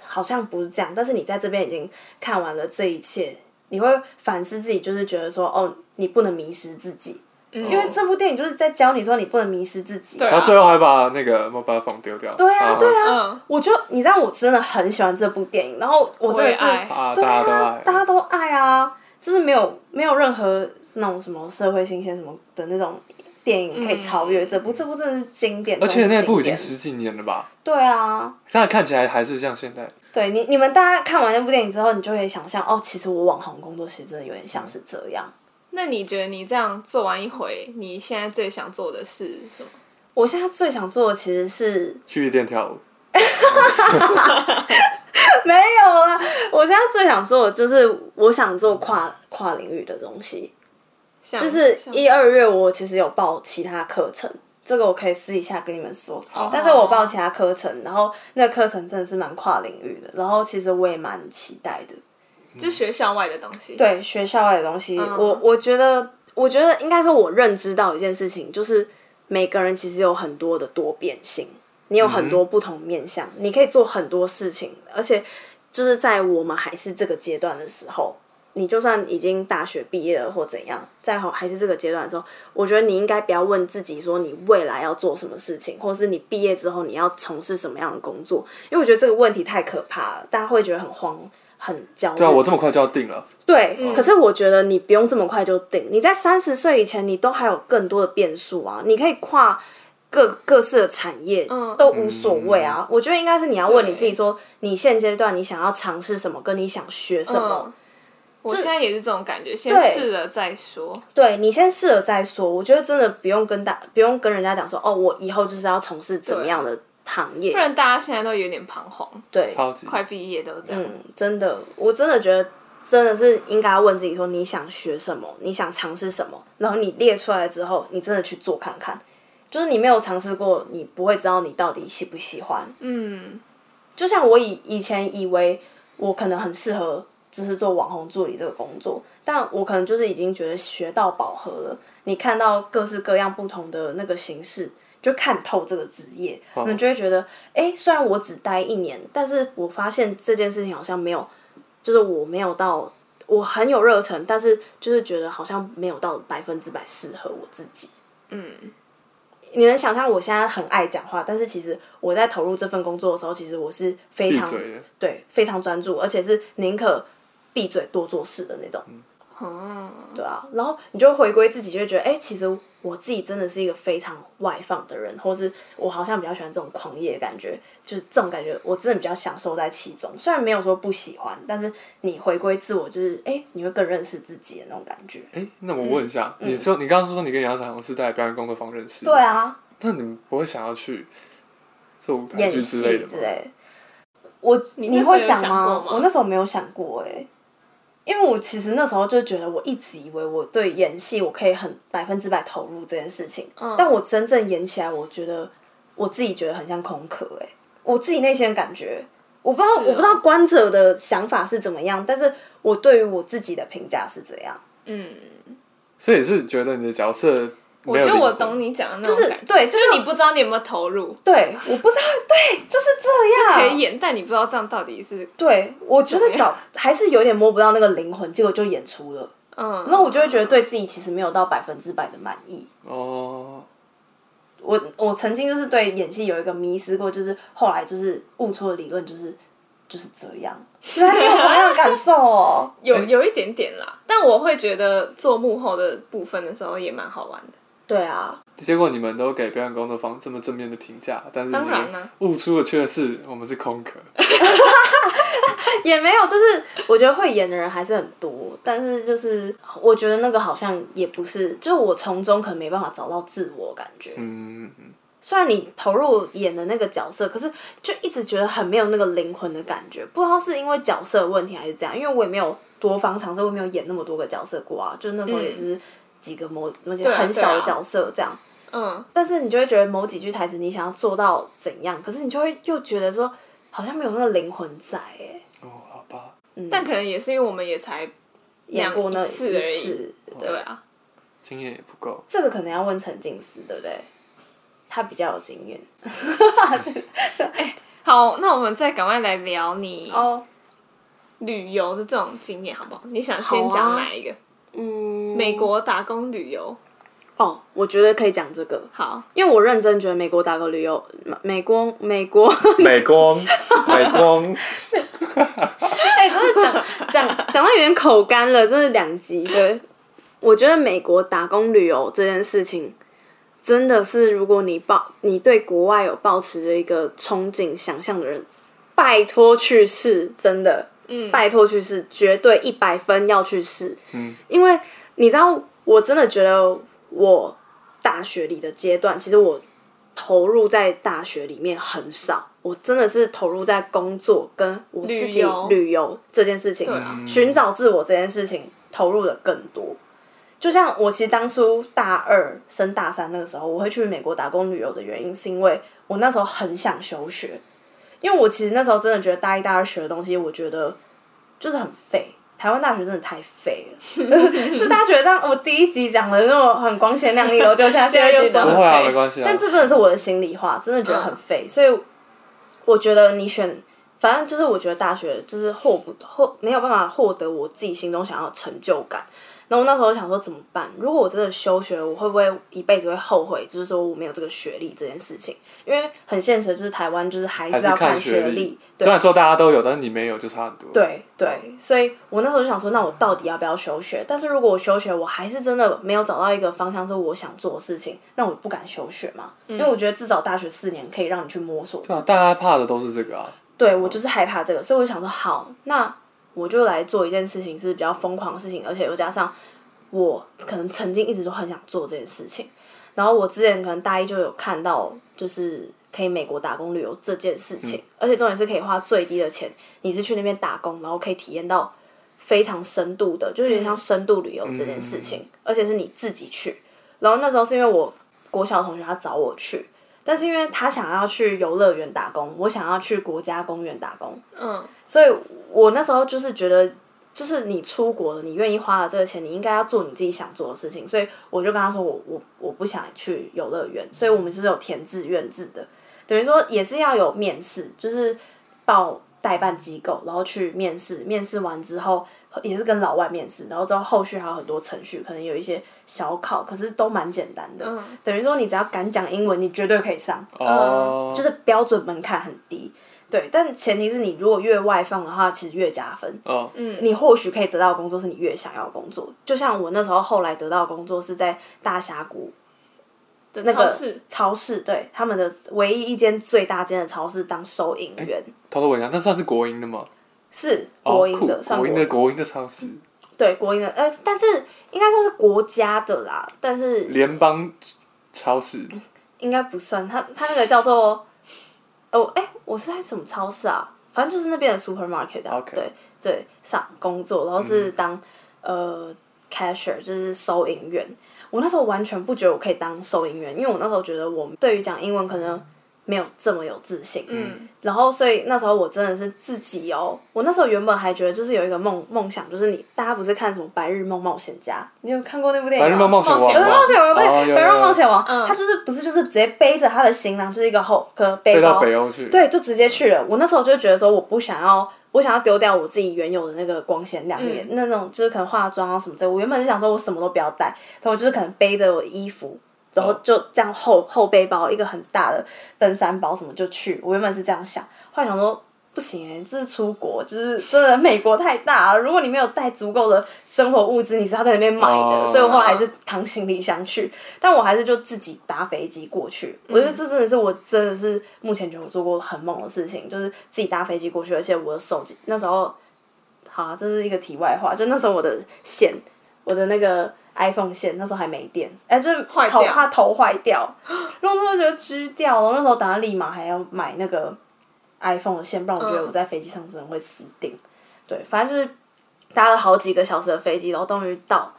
好像不是这样，但是你在这边已经看完了这一切，你会反思自己，就是觉得说哦，你不能迷失自己。嗯因为这部电影就是在教你说你不能迷失自己。对啊然后最后还把那个 mobile phone 丢掉。对啊，对啊，嗯，我就你知道，我真的很喜欢这部电影，然后我真的是我也爱啊，对大家啊都爱，，大家都爱啊，就是没有没有任何那种什么社会新鲜什么的那种电影可以超越这部，嗯这部真的是经典。而且中的那部已经经典十几年了吧？对啊，但看起来还是像现在。对你你们大家看完那部电影之后，你就可以想象哦，其实我网红工作其实真的有点像是这样。那你觉得你这样做完一回，你现在最想做的是什么？我现在最想做的其实是去夜店跳舞，没有啦，我现在最想做的就是我想做跨跨领域的东西，像就是像一二月，我其实有报其他课程，这个我可以私底下跟你们说。哦但是我报其他课程，然后那个课程真的是蛮跨领域的，然后其实我也蛮期待的。就学校外的东西。，对学校外的东西，我我觉得，我觉得应该说，我认知到一件事情，就是每个人其实有很多的多变性，你有很多不同面向，你可以做很多事情，而且就是在我们还是这个阶段的时候，你就算已经大学毕业了或怎样，在好还是这个阶段的时候，我觉得你应该不要问自己说你未来要做什么事情，或者是你毕业之后你要从事什么样的工作，因为我觉得这个问题太可怕了，大家会觉得很慌。很焦虑。对啊，我这么快就要定了，对，嗯可是我觉得你不用这么快就定，你在三十岁以前，你都还有更多的变数啊，你可以跨各各式的产业，嗯都无所谓啊。我觉得应该是你要问你对自己说，你现阶段你想要尝试什么，跟你想学什么。嗯，我现在也是这种感觉，先试了再说。对你先试了再说。我觉得真的不用跟大不用跟人家讲说，哦，我以后就是要从事怎么样的行业不。然大家现在都有点彷徨，对，超级快毕业都这样。嗯，真的，我真的觉得真的是应该问自己说，你想学什么，你想尝试什么，然后你列出来之后，你真的去做看看。就是你没有尝试过，你不会知道你到底喜不喜欢。嗯，就像我以以前以为我可能很适合，就是做网红助理这个工作，但我可能就是已经觉得学到饱和了。你看到各式各样不同的那个形式，就看透这个职业，你就会觉得，哎、虽然我只待一年，但是我发现这件事情好像没有，就是我没有到。我很有热忱，但是就是觉得好像没有到百分之百适合我自己。嗯你能想象我现在很爱讲话，但是其实我在投入这份工作的时候，其实我是非闭常嘴的。对，非常专注，而且是宁可闭嘴多做事的那种。哦，对啊，然后你就回归自己，就会觉得，哎、其实我自己真的是一个非常外放的人，或是我好像比较喜欢这种狂野的感觉，就是这种感觉，我真的比较享受在其中。虽然没有说不喜欢，但是你回归自我，就是哎、诶你会更认识自己的那种感觉。哎，那我问一下，你说你刚刚说你跟杨彩虹是在表演工作坊认识，对，啊，那你们不会想要去做舞台演剧戏类的之吗？类。我你你那时候会有想想吗？过吗我那时候没有想过哎、因为我其实那时候就觉得，我一直以为我对演戏我可以很百分之百投入这件事情，嗯但我真正演起来，我觉得我自己觉得很像空壳哎、我自己内心的感觉，我不知道、是哦我不知道观者的想法是怎么样，但是我对于我自己的评价是怎样，嗯，所以你是觉得你的角色没我有觉灵得魂，我懂你讲的那就是种感觉，对，就就是是你不知道你有没有投入，对，我不知道，对，就是这样，可以演，但你不知道这样到底是对，我觉怎得么样找还是有点摸不到那个灵魂，结果就演出了。嗯，那我就会觉得对自己其实没有到百分之百的满意。哦，我我曾经就是对演戏有一个迷思过，就是后来就是悟出的理论就是就是这样。原来你有同样的感受 哦。有有一点点啦，但我会觉得做幕后的部分的时候也蛮好玩的。对啊，结果你们都给表演工作坊这么正面的评价，但是当你然们啦悟出的却是我们是空壳，也没有，就是我觉得会演的人还是很多，但是就是我觉得那个好像也不是，就是我从中可能没办法找到自我感觉。嗯，嗯嗯虽然你投入演的那个角色，可是就一直觉得很没有那个灵魂的感觉。不知道是因为角色的问题还是怎样，因为我也没有多方尝试，我也没有演那么多个角色过啊。就是那时候也是几个某某几嗯个对啊很小的对啊角色这样。嗯，但是你就会觉得某几句台词你想要做到怎样，可是你就会又觉得说好像没有那个灵魂在哎、哦，好吧，嗯，但可能也是因为我们也才演过那两一次而已次对啊，经验也不够。这个可能要问陈静思，对不对？他比较有经验好，那我们再赶快来聊你哦。旅游的这种经验好不好？你想好先啊讲哪一个？嗯，美国打工旅游，哦，我觉得可以讲这个，好，因为我认真觉得美国打个旅游，美国美国， 美工，美工，哎、真的讲讲讲到有点口干了，真的两集对。我觉得美国打工旅游这件事情，真的是如果你抱你对国外有抱持着一个憧憬想象的人，拜托去试，真的，嗯拜托去试，绝对一百分要去试，嗯，因为你知道，我真的觉得我大学里的阶段，其实我投入在大学里面很少，我真的是投入在工作跟我自旅己游旅游这件事情对啊，寻、找自我这件事情投入的更多。就像我其实当初大二升大三那个时候，我会去美国打工旅游的原因，是因为我那时候很想休学，因为我其实那时候真的觉得大一大二学的东西，我觉得就是很废。台湾大学真的太废了， 是大学这样。我第一集讲的那么很光鲜亮丽，然后就现在第 现在二又集说讲不得会啊，很没关系啊。嗯但这真的是我的心里话，真的觉得很废，所以我觉得你选，反正就是我觉得大学就是获不获没有办法获得我自己心中想要的成就感。然后那时候想说怎么办？如果我真的休学，我会不会一辈子会后悔？就是说我没有这个学历这件事情，因为很现实，就是台湾就是还还是要是看看学历历，。虽然说大家都有，但是你没有就差很多。，对对，所以我那时候就想说，那我到底要不要休学？但是如果我休学，我还是真的没有找到一个方向是我想做的事情，那我不敢休学嘛，因为我觉得至少大学四年可以让你去摸索自己。啊，大家怕的都是这个啊。对我就是害怕这个，所以我就想说，好，那我就来做一件事情是比较疯狂的事情，而且又加上我可能曾经一直都很想做这件事情。然后我之前可能大一就有看到，就是可以美国打工旅游这件事情，而且重点是可以花最低的钱，你是去那边打工，然后可以体验到非常深度的，就是有点像深度旅游这件事情，而且是你自己去。然后那时候是因为我国小同学他找我去，但是因为他想要去游乐园打工，我想要去国家公园打工，嗯，所以我那时候就是觉得，就是你出国了，你愿意花了这个钱，你应该要做你自己想做的事情。所以我就跟他说我，我我不想去游乐园，所以我们就是有填志愿制的，等于说也是要有面试，就是报代办机构，然后去面试，面试完之后。也是跟老外面试，然后之后后续还有很多程序，可能有一些小考，可是都蛮简单的。嗯等于说你只要敢讲英文，你绝对可以上。哦，呃就是标准门槛很低。对，但前提是你如果越外放的话，其实越加分。哦，嗯你或许可以得到的工作是你越想要的工作，就像我那时候后来得到的工作是在大峡谷的那超个市，超市，对他们的唯一一间最大间的超市当收银员，偷偷问一下，那算是国营的吗？是哎哦国营的，酷算国国营的国营的超市，对国营的，呃，但是应该说是国家的啦，但是联邦超市，应该不算，它它那个叫做，哦，哎、我是在什么超市啊？反正就是那边的 supermarket 啊 OK 嗯对对，上工作，然后是当、呃 cashier，就是收银员。我那时候完全不觉得我可以当收银员，因为我那时候觉得我对于讲英文可能没有这么有自信，嗯，然后，所以那时候我真的是自己哦，我那时候原本还觉得就是有一个梦梦想，就是你大家不是看什么《白日梦冒险家》，你有看过那部电影白吗？日梦冒险王冒吗，险啊呃冒险王哦对，有北有欧有冒险王，嗯他就是不是就是直接背着他的行囊，就是一个后壳背飞到包，北欧去，，对，就啊直接去了。我那时候就觉得说，我不想要，我想要丢掉我自己原有的那个光鲜亮丽、那种，就是可能化妆啊什么之类。我原本是想说我什么都不要带，然后我就是可能背着我衣服，然后哦就这样后后背包一个很大的登山包什么就去。我原本是这样想，后来想说。不行哎、这是出国，就是真的美国太大了。如果你没有带足够的生活物资，你是要在那边买的。哦所以我后来还是扛行李箱去，但我还是就自己搭飞机过去。嗯我觉得这真的是我真的是目前觉得我做过很猛的事情，就是自己搭飞机过去，而且我的手机那时候，好、啊，这是一个题外话，就那时候我的险我的那个 iPhone 线，那时候还没电，哎、就是坏头掉怕头坏掉，然后我真的觉得支掉了。那时候打算立马还要买那个 iPhone 的线，不然我觉得嗯我在飞机上真的会死定。对，反正就是搭了好几个小时的飞机，然后终于到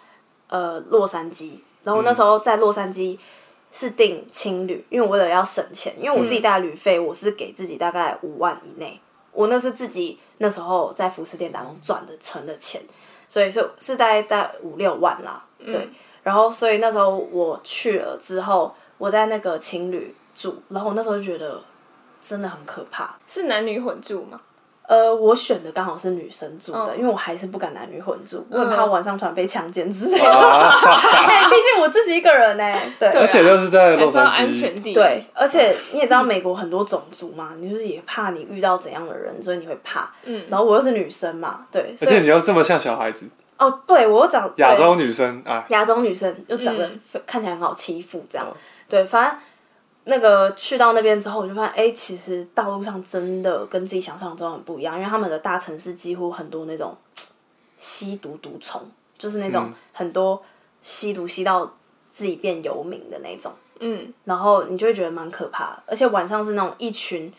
呃洛杉矶，然后那时候在洛杉矶。是订青旅，因为我为了要省钱，因为我自己带旅费，我是给自己大概五万以内，我那是自己那时候在服饰店打工赚的存的钱，所以是是在在五六万啦，嗯对。然后所以那时候我去了之后，我在那个情侣住，然后我那时候就觉得真的很可怕。是男女混住吗？呃，我选的刚好是女生住的，嗯因为我还是不敢男女混住，我很怕嗯晚上突然被强奸之类的。啊， 哎，毕竟我自己一个人呢、对。而且又是在还洛是要杉安矶，全地？对，，而且你也知道美国很多种族嘛，你就是也怕你遇到怎样的人，所以你会怕。嗯然后我又是女生嘛，对，而所且以你又这么像小孩子，哦，对我又长对亚洲女生啊，亚洲女生又长得嗯非、看起来很好欺负，这样、哦对，反正那个去到那边之后，我就发现，哎、其实道路上真的跟自己想象中很不一样，因为他们的大城市几乎很多那种嘖吸毒毒虫，就是那种嗯很多吸毒吸到自己变游民的那种，嗯，然后你就会觉得蛮可怕的，而且晚上是那种一群。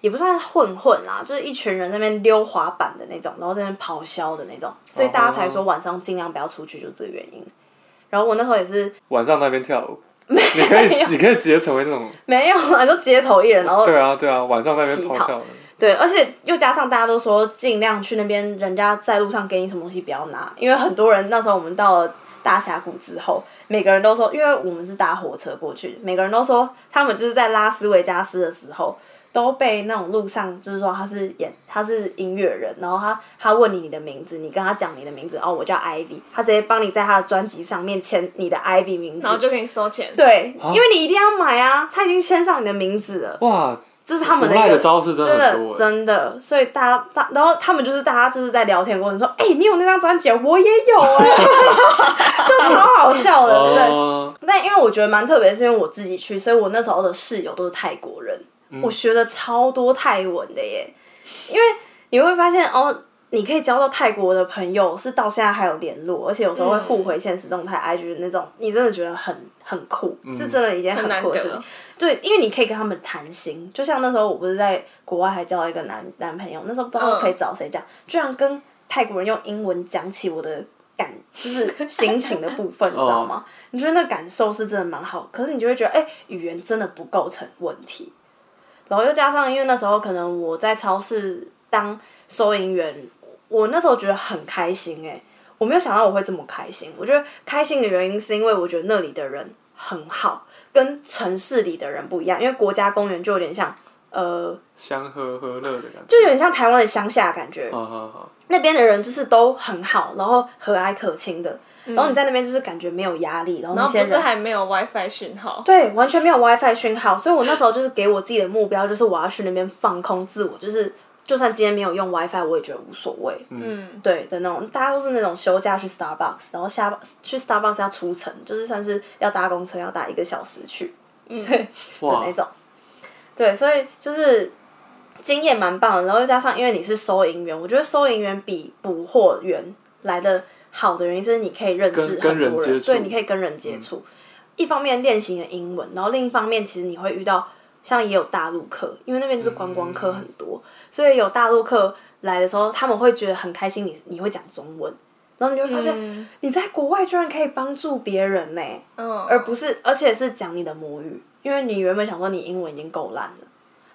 也不算混混啦，就是一群人在那边溜滑板的那种，然后在那边咆哮的那种，所以大家才说晚上尽量不要出去，就这个原因。然后我那时候也是晚上那边跳舞，你可以你可以直接成为那种，没有啊，就街头艺人，然后对啊对啊，晚上那边咆乞哮的，对，而且又加上大家都说尽量去那边，人家在路上给你什么东西不要拿，因为很多人那时候我们到了大峡谷之后，每个人都说，因为我们是搭火车过去，每个人都说他们就是在拉斯维加斯的时候。都被那种路上，就是说他是演他是音乐人，然后他他问你你的名字，你跟他讲你的名字，哦，我叫 Ivy，他直接帮你在他的专辑上面签你的 Ivy 名字，然后就给你收钱。对，因为你一定要买啊，他已经签上你的名字了，哇，这是他们无的一赖个的招式真的很真的多欸，真的，所以大家大，然后他们就是大家就是在聊天过程说，哎、你有那张专辑哦，我也有哎、 就超好笑的，对不对？哦，但因为我觉得蛮特别，是因为我自己去，所以我那时候的室友都是泰国人，嗯我学了超多泰文的耶。因为你会发现哦，你可以交到泰国的朋友，是到现在还有联络，而且有时候会互回现实动态、IG 的那种，你真的觉得很很酷，嗯是真的一件很难酷的事情得。对，因为你可以跟他们谈心，就像那时候我不是在国外还交了一个男男朋友，那时候不知道嗯可以找谁讲，居然跟泰国人用英文讲起我的感，就是心情的部分，你知道吗？你觉得那感受是真的蛮好，可是你就会觉得，哎、语言真的不构成问题。然后又加上，因为那时候可能我在超市当收银员，我那时候觉得很开心、哎，我没有想到我会这么开心。我觉得开心的原因是因为我觉得那里的人很好，跟城市里的人不一样，因为国家公园就有点像，呃，祥和和乐的感觉，就有点像台湾的乡下的感觉，好好好，那边的人就是都很好，然后和蔼可亲的，然后你在那边就是感觉没有压力，然后嗯那然后些不是人还没有 WiFi 讯号，对完全没有 WiFi 讯号，所以我那时候就是给我自己的目标就是我要去那边放空自我，就是就算今天没有用 WiFi 我也觉得无所谓，嗯，对的那种，大家都是那种休假去 Starbucks，然后下去 Starbucks 要出城，就是算是要搭公车要搭一个小时去，的哇那，种。对，所以就是经验蛮棒的，然后又加上因为你是收银员，我觉得收银员比补货员来的好的原因是你可以认识很跟多跟人接触嗯对，你可以跟人接触。一方面练习你的英文，然后另一方面其实你会遇到像也有大陆客，因为那边就是观光嗯客很多，所以有大陆客来的时候，他们会觉得很开心你你会讲中文，然后你就会发现、嗯你在国外居然可以帮助别人呢、嗯，而不是，而且是讲你的母语，因为你原本想说你英文已经够烂了，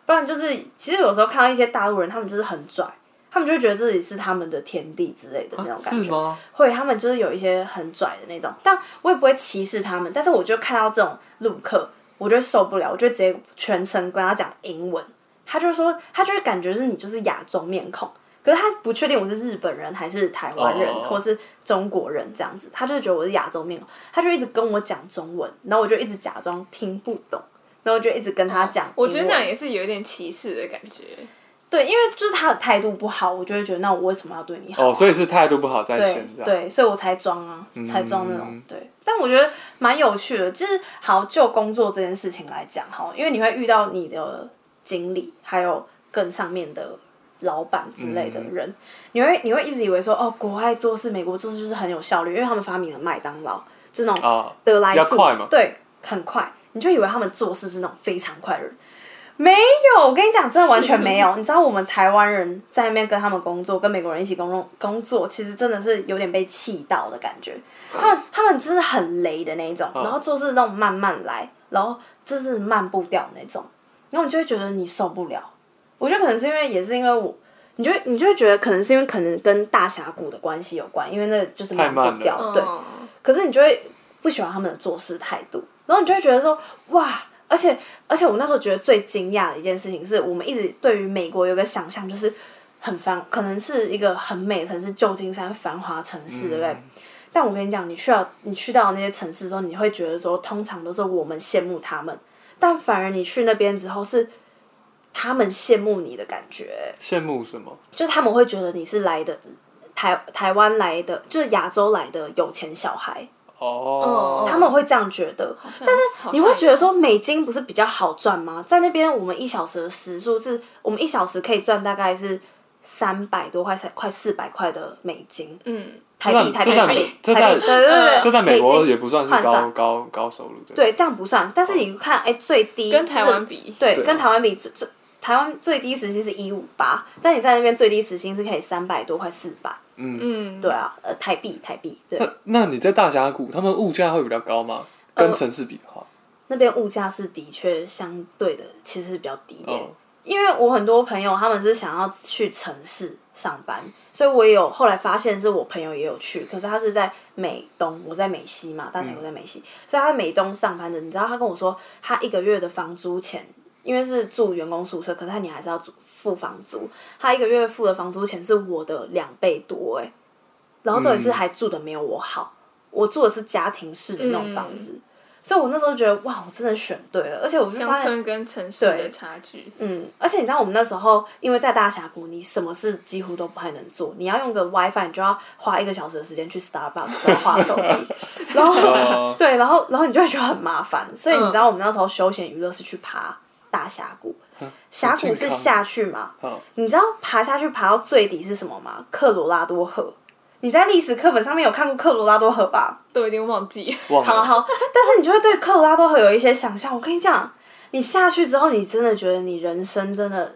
不然就是其实有时候看到一些大陆人，他们就是很拽，他们就会觉得自己是他们的天地之类的那种啊是感觉，吗？会他们就是有一些很拽的那种，但我也不会歧视他们，但是我就看到这种路客，我就会受不了，我就直接全程跟他讲英文，他就说他就会感觉是你就是亚洲面孔。可是他不确定我是日本人还是台湾人哦哦哦或是中国人这样子，他就是觉得我是亚洲面孔，他就一直跟我讲中文，然后我就一直假装听不懂，然后我就一直跟他讲英哦文。我觉得那样也是有一点歧视的感觉。对，因为就是他的态度不好，我就会觉得那我为什么要对你好啊、哦，所以是态度不好在对先，这样，嗯对，所以我才装啊，才装那种、对。但我觉得蛮有趣的，就是好就工作这件事情来讲哈，因为你会遇到你的经理，还有更上面的老板之类嗯的人，你会你会一直以为说哦，国外做事，美国做事就是很有效率，因为他们发明了麦当劳，就那种啊，得来要速，快嘛对，很快，你就以为他们做事是那种非常快的人。没有，我跟你讲，真的完全 没有。你知道我们台湾人在那边跟他们工作，跟美国人一起工作工作，其实真的是有点被气到的感觉。他们他们真的很雷的那一种，嗯然后做事那种慢慢来，然后就是慢步调那种，然后你就会觉得你受不了。我觉得可能是因为也是因为我，你就会你就会觉得可能是因为可能跟大峡谷的关系有关，因为那就是太慢慢步调，对。嗯可是你就会不喜欢他们的做事态度，然后你就会觉得说哇，而且而且我那时候觉得最惊讶的一件事情是，我们一直对于美国有个想象就是很繁，可能是一个很美的城市，旧金山繁华城市，对不嗯对？但我跟你讲，你去到你去到那些城市之后，你会觉得说，通常都是我们羡慕他们，但反而你去那边之后是他们羡慕你的感觉、羡慕什么？就他们会觉得你是来的台台湾来的，就是亚洲来的有钱小孩，哦，嗯他们会这样觉得。但是你会觉得说美金不是比较好赚吗？在那边我们一小时的时数是，我们一小时可以赚大概是三百多块，才快四百块的美金，嗯，台这币台币在台币这在台币，对对对，这在美国也不算是换高算高高收入的，对，这样不算。但是你看，哎、最低跟台就是湾比，对，对啊跟台湾比，最最台湾最低时薪是一五八，但你在那边最低时薪是可以三百多块四百，嗯，对啊，呃，台币台币，对， 那那你在大峡谷，他们物价会比较高吗？呃跟城市比的话，那边物价是的确相对的，其实是比较低一点。哦，因为我很多朋友他们是想要去城市上班，所以我也有后来发现是我朋友也有去，可是他是在美东，我在美西嘛，大峡谷在美西，所以他在美东上班的。你知道他跟我说，他一个月的房租钱，因为是住员工宿舍，可是他你还是要住付房租，他一个月付的房租钱是我的两倍多哎、然后重点是嗯还住的没有我好，我住的是家庭式的那种房子。所以，我那时候觉得，哇，我真的选对了，而且我就乡发现，村跟城市的差距，嗯，而且你知道我们那时候，因为在大峡谷，你什么事几乎都不太能做。你要用个 WiFi，你就要花一个小时的时间去 Starbucks 然后划手机，然后哦对，然后然后你就会觉得很麻烦。所以你知道我们那时候休闲娱乐是去爬大峡谷，峡谷是下去嘛，好，你知道爬下去爬到最底是什么吗？克罗拉多河。你在历史课本上面有看过克罗拉多河吧？都已经忘记。忘好了好，但是你就会对克罗拉多河有一些想象。我跟你讲，你下去之后，你真的觉得你人生真的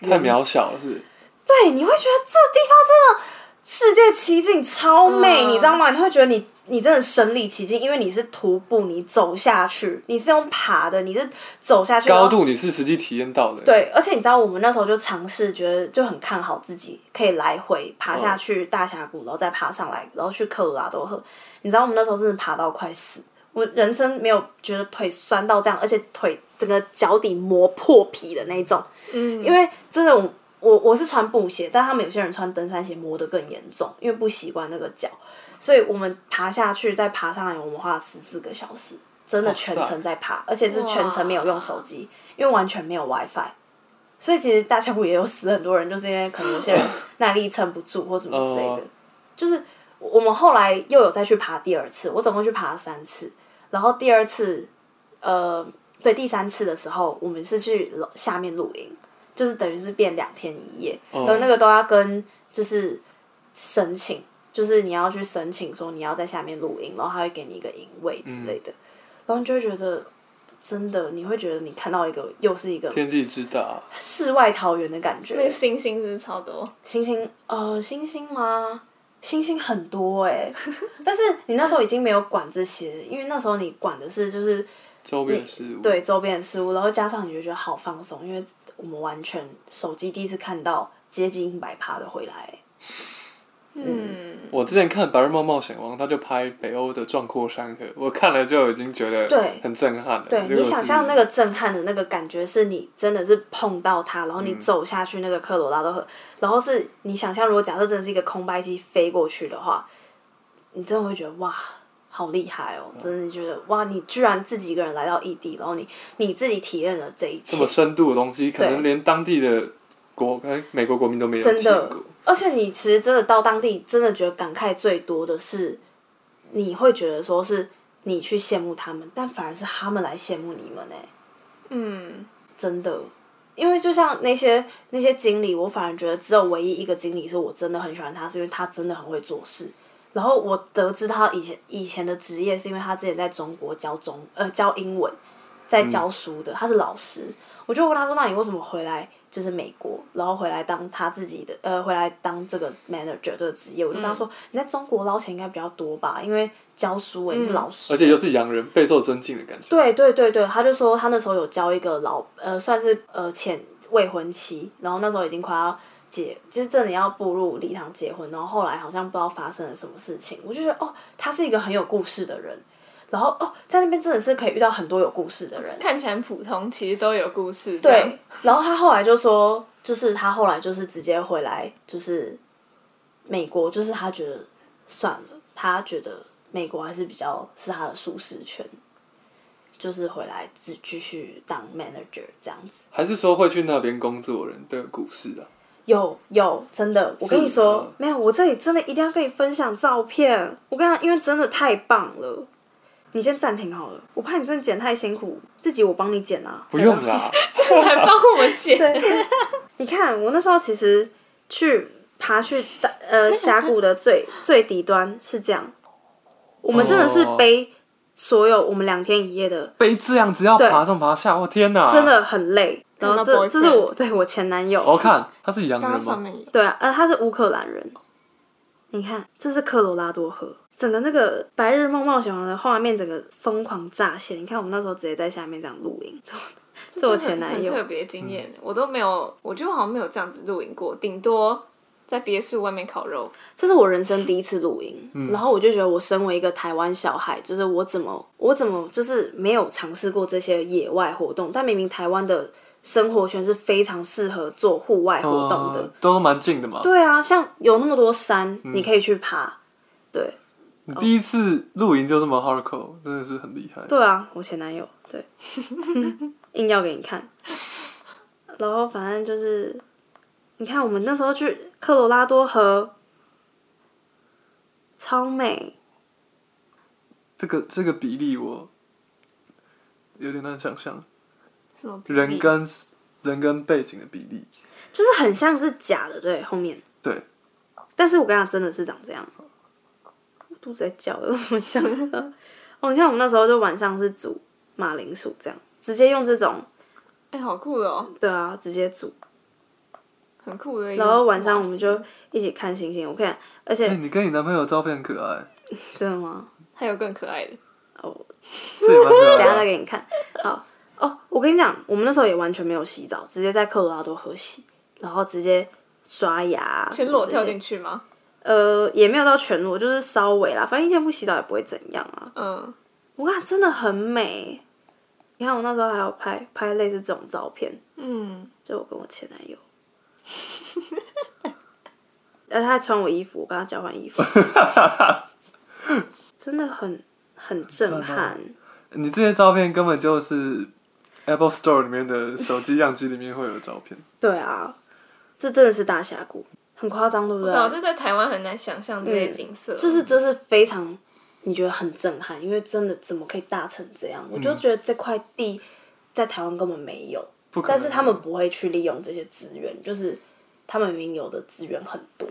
太渺小了，是不是？对，你会觉得这地方真的世界奇景超美，嗯你知道吗？你会觉得你你真的身临其境，因为你是徒步，你走下去，你是用爬的，你是走下去，然高后度你是实际体验到的，啊对，而且你知道，我们那时候就尝试，觉得就很看好自己可以来回爬嗯下去大峡谷，然后再爬上来，然后去科罗拉多河。你知道，我们那时候真的爬到快死，我人生没有觉得腿酸到这样，而且腿整个脚底磨破皮的那种。嗯， 因为真的我。我我是穿布鞋，但他们有些人穿登山鞋磨得更严重，因为不习惯那个脚，所以我们爬下去再爬上来，我们花了十四个小时，真的哇塞全程在爬，而且是全程没有用手机，因为完全没有 WiFi，所以其实大峡谷也有死很多人，就是因为可能有些人耐力撑不住或什么之类的哦。就是我们后来又有再去爬第二次，我总共去爬了三次，然后第二次，呃，对，第三次的时候，我们是去楼下面露营，就是等于是变两天一夜，哦然后那个都要跟就是申请，就是你要去申请说你要在下面露营，然后他会给你一个营位之类的，然后你就会觉得。真的，你会觉得你看到一个又是一个天地之大，世外桃源的感觉。那个星星是不是超多，星星，呃，星星吗？星星很多哎、 但是你那时候已经没有管这些，因为那时候你管的是就是周边事物，对周边的事物，然后加上你就觉得好放松，因为我们完全手机第一次看到接近一百趴的回来欸、嗯，我之前看《白日梦冒险王》，他就拍北欧的壮阔山河，我看了就已经觉得对很震撼了。对如果你是想象那个震撼的那个感觉，是你真的是碰到它，然后你嗯走下去那个科罗拉多河，然后是你想象如果假设真的是一个空拍机飞过去的话，你真的会觉得哇，好厉害嗯哦！真的觉得哇，你居然自己一个人来到异地，然后你你自己体验了这一这切么，深度的东西，可能连当地的国哎美国国民都没有真见的过。，而且你其实真的到当地，真的觉得感慨最多的是，你会觉得说是你去欸羡慕他们，但反而是他们来羡慕你们呢、嗯，真的。因为就像那些那些经理，我反而觉得只有唯一一个经理是我真的很喜欢他，是因为他真的很会做事。然后我得知他以前以前的职业是因为他之前在中国教中呃教英文，在教书嗯的，他是老师。我就问他说：“那你为什么回来就是美国，然后回来当他自己的呃回来当这个 manager 这个职业？”我就嗯跟他说：“你在中国捞钱应该比较多吧，因为教书、欸，你是老嗯师。而且又是洋人，备受尊敬的感觉。对对对对，他就说他那时候有交一个老呃，算是呃前未婚妻，然后那时候已经快要结，就是真的要步入礼堂结婚，然后后来好像不知道发生了什么事情，我就觉得哦，他是一个很有故事的人，然后哦，在那边真的是可以遇到很多有故事的人，看起来很普通，其实都有故事。对，，然后他后来就说，就是他后来就是直接回来，就是美国，就是他觉得算了，他觉得美国还是比较是他的舒适圈，就是回来只继续当 manager 这样子。还是说会去那边工作的人的故事啊？有有，真的，我跟你说嗯，没有，我这里真的一定要跟你分享照片。我跟你讲，因为真的太棒了。你先暂停好了，我怕你真的剪太辛苦，自己我帮你剪啊。不用 啦，还帮我们剪。 你看，我那时候其实去爬去大呃峡谷的最最底端是这样，我们真的是哦背所有我们两天一夜的， 被这样子要对爬上爬下，我天哪！真，的 很累。然后到这这是 boyfriend 我对我前男友，我看他是洋刚刚人上吗？面有对啊，呃，他是乌克兰人。你看，这是科罗拉多河，整个那个《白日梦冒险王》的画面，整个疯狂乍现。你看，我们那时候直接在下面这样录音，这这我前男很友特，别嗯经验，我都没有，我就好像没有这样子露营过，顶多在别墅外面烤肉。这是我人生第一次录音，然后我就觉得我身为一个台湾小孩，就是我怎么我怎么就是没有尝试过这些野外活动，但明明台湾的生活圈是非常适合做户外活动的。哦都蛮近的嘛。对啊，像有那么多山，你可以去爬。对你第一次露营就这么 hardcore，真的是很厉害。对啊，我前男友对， 硬要给你看。然后反正就是，你看我们那时候去科罗拉多河，超美。这个这个比例我有点难想象，什么比例人跟人跟背景的比例。就是很像是假的，对，后面。对，但是我跟他真的是长这样，肚子在叫，为什么这样？ 哦，你看我们那时候就晚上是煮马铃薯这样，直接用这种，哎、好酷的哦，对啊，直接煮。很酷的一个然瓦斯。后晚上我们就一起看星星，我看，而且、哎、你跟你男朋友照片很可爱，真的吗？还有更可爱的，这也蛮可等一爱下再的。啊给你看。好哦，我跟你讲，我们那时候也完全没有洗澡，直接在科罗拉多河洗，然后直接刷牙，啊全裸跳进去。去吗？呃，也没有到全裸，就是稍微啦，反正一天不洗澡也不会怎样啊。嗯，哇，真的很美。你看我那时候还有拍拍类似这种照片，嗯，就我跟我前男友，而呃他还穿我衣服，我跟他交换衣服，真的很很震撼。你这些照片根本就是 Apple Store 里面的手机样机里面会有的照 片。对啊，这真的是大峡谷，很夸张，对不对？啊早就在台湾很难想象这嗯些景色，就是这是非常你觉得很震撼，因为真的怎么可以大成这样？我就觉得这块地在台湾根本没有，不可能但是他们不会去利用这些资源，就是他们明明有的资源很多，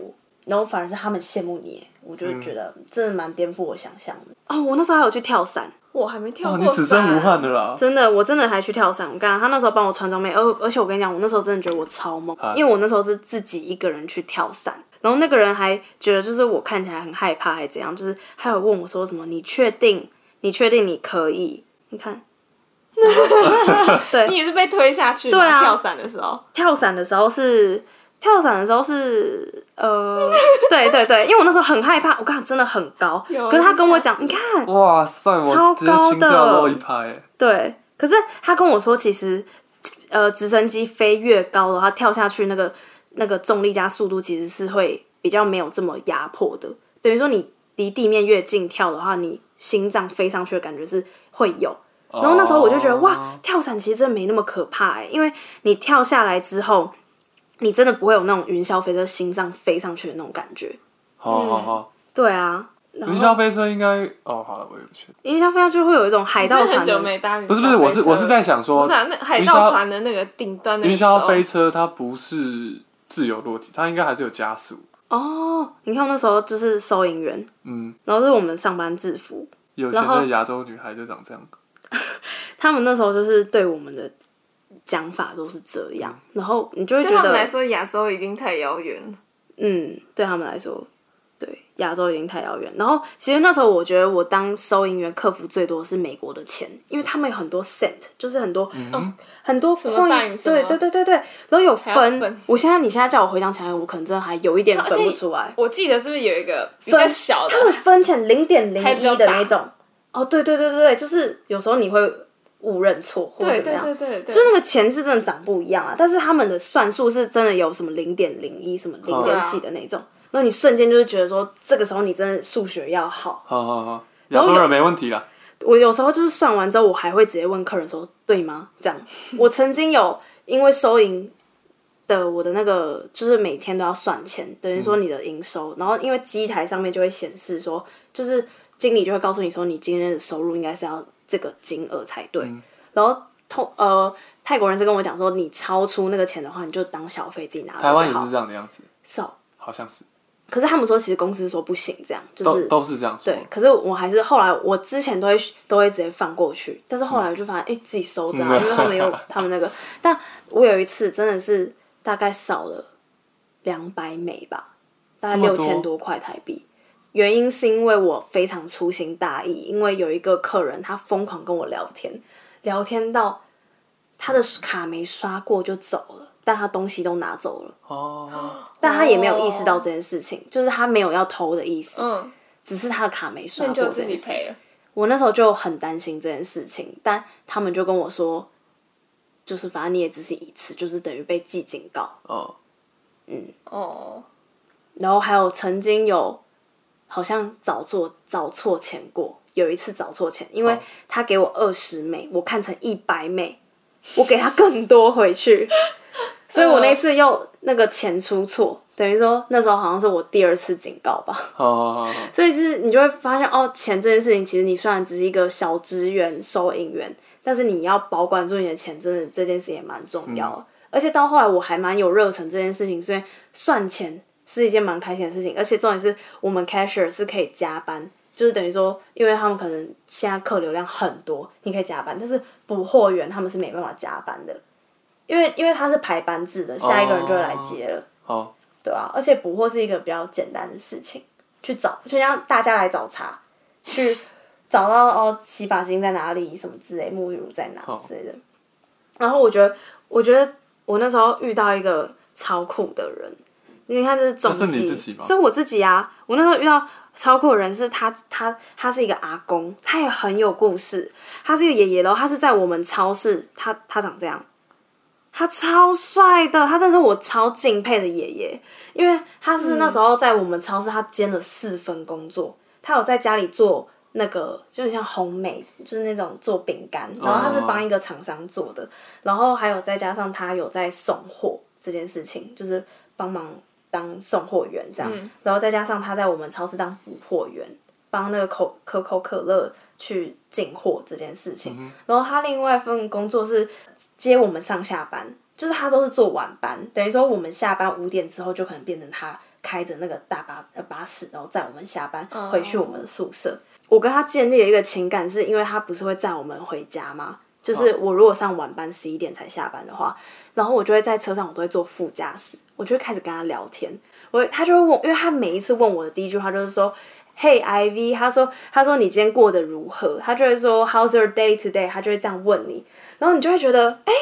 然后反而是他们羡慕你，我就觉得真的蛮颠覆我想象的。哦，我那时候还有去跳伞，我还没跳哇，过、哦啊你此生无憾。的啦！真的，我真的还去跳伞。我刚他那时候帮我穿装备，而而且我跟你讲，我那时候真的觉得我超猛，因为我那时候是自己一个人去跳伞，然后那个人还觉得就是我看起来很害怕，还怎样，就是还有问我说什么，你确定？你确定你可以？你看你也是被推下去吗？对啊跳伞的时候，跳伞的时候是跳伞的时候是 呃，对对对，因为我那时候很害怕，我刚真的很高，有可是他跟我讲，你看哇塞，我超直接高心跳的漏一拍、哎对，可是他跟我说，其实呃，直升机飞越高的话，跳下去那个那个重力加速度其实是会比较没有这么压迫的。等于说你离地面越近跳的话，你心脏飞上去的感觉是会有。然后那时候我就哦觉得，哦哇，跳伞其实真的没那么可怕哎、因为你跳下来之后，你真的不会有那种云霄飞车心脏飞上去的那种感觉。好好好，对啊，然云霄后飞车应该哦，好了，我也不确定。云霄飞车就会有一种海你真盗的很船久的没搭云霄飞车不是不是，我是我是在想不说是，啊，那海云盗霄船的那个顶端的云时候霄飞车它不是自由落体，它应该还是有加速。哦，你看我那时候就是收银员，嗯，然后是我们上班制服，有钱然后的亚洲女孩就长这样。他们那时候就是对我们的讲法都是这样，然后你就会觉对他们来得，说，亚洲已经太遥远了。嗯，对他们来说，对亚洲已经太遥远。然后其实那时候我觉得我当收银员克服最多是美国的钱，因为他们有很多 cent，就是很多、嗯、很多么 dime coins，什么对对对对对，然后有要分。分我现在你现在叫我回想起来，我可能真的还有一点而分不且出来。我记得是不是有一个比较小的他？们分成零点零还比较一大的那种。哦，对对对对对，就是有时候你会误认错或者对对怎么样，对对对，就那个钱是真的长不一样啊，但是他们的算术是真的有什么零点零一、什么零点几的那种，那、你瞬间就是觉得说，这个时候你真的数学要好。好好好，亚洲人没问题啦。我有时候就是算完之后，我还会直接问客人说对吗？这样，我曾经有因为收银。的我的那个就是每天都要算钱，等于嗯说你的营收，然后因为机台上面就会显示说，就是经理就会告诉你说，你今天的收入应该是要这个金额才对。嗯然后通呃泰国人是跟我讲说，你超出那个钱的话，你就当小费自己拿走就台好。湾也是这样的样子，是哦好像是可是他们说其实公司说不行，这样就都是都是这样说对。。可是我还是后来我之前都会都会直接放过去，但是后来我就发现哎、诶自己收着、啊，嗯因为他们有 他们那个。但我有一次真的是大概少了两百美吧，大概这么六多千多块台币。原因是因为我非常粗心大意，因为有一个客人他疯狂跟我聊天，聊天到他的卡没刷过就走了，但他东西都拿走了，哦，但他也没有意识到这件事情，就是他没有要偷的意思，嗯，只是他的卡没刷那过你就这件事。自己赔了。我那时候就很担心这件事情，但他们就跟我说，就是反正你也只是一次，就是等于被记警告。哦，哦，然后还有曾经有好像找错找错钱过，有一次找错钱，因为哦他给我二十美，我看成一百美，我给他更多回去，所以我那次又那个钱出错，等于说那时候好像是我第二次警告吧。好好好好，所以就是你就会发现哦，钱这件事情，其实你虽然只是一个小职员、收银员，但是你要保管住你的钱，真的这件事也蛮重要的。而且到后来我还蛮有热忱这件事情，所以算钱是一件蛮开心的事情。而且重点是我们 cashier 是可以加班，就是等于说，因为他们可能现在客流量很多，你可以加班，但是补货员他们是没办法加班的，因为因为他是排班制的，下一个人就会来接了。好，对啊，而且补货是一个比较简单的事情，去找就像大家来找茶，去找到哦洗发精在哪里，什么之类，沐浴乳在哪好之类的。然后我觉得，我觉得我那时候遇到一个超酷的人，你看这是总那是你机自己吗，这我自己啊。我那时候遇到超酷的人是他，他他是一个阿公，他也很有故事。他是一个爷爷然后他是在我们超市，他他长这样，他超帅的，他真的是我超敬佩的爷爷，因为他是那时候在我们超市，他兼了四份工作，他有在家里做。那个就是像红梅，就是那种做饼干，然后他是帮一个厂商做的，然后还有再加上他有在送货这件事情，就是帮忙当送货员这样，然后再加上他在我们超市当补货员，帮那个可可口可乐去进货这件事情。然后他另外一份工作是接我们上下班，就是他都是做晚班，等于说我们下班五点之后就可能变成他开着那个大巴呃巴士，然后载我们下班回去我们的宿舍。我跟他建立了一个情感，是因为他不是会载我们回家吗？就是我如果上晚班十一点才下班的话，然后我就会在车上，我都会坐副驾驶，我就会开始跟他聊天。我他就会问我，因为他每一次问我的第一句话就是说，Hey Ivy，他说他说你今天过得如何？他就会说 How's your day today？他就会这样问你，然后你就会觉得，哎、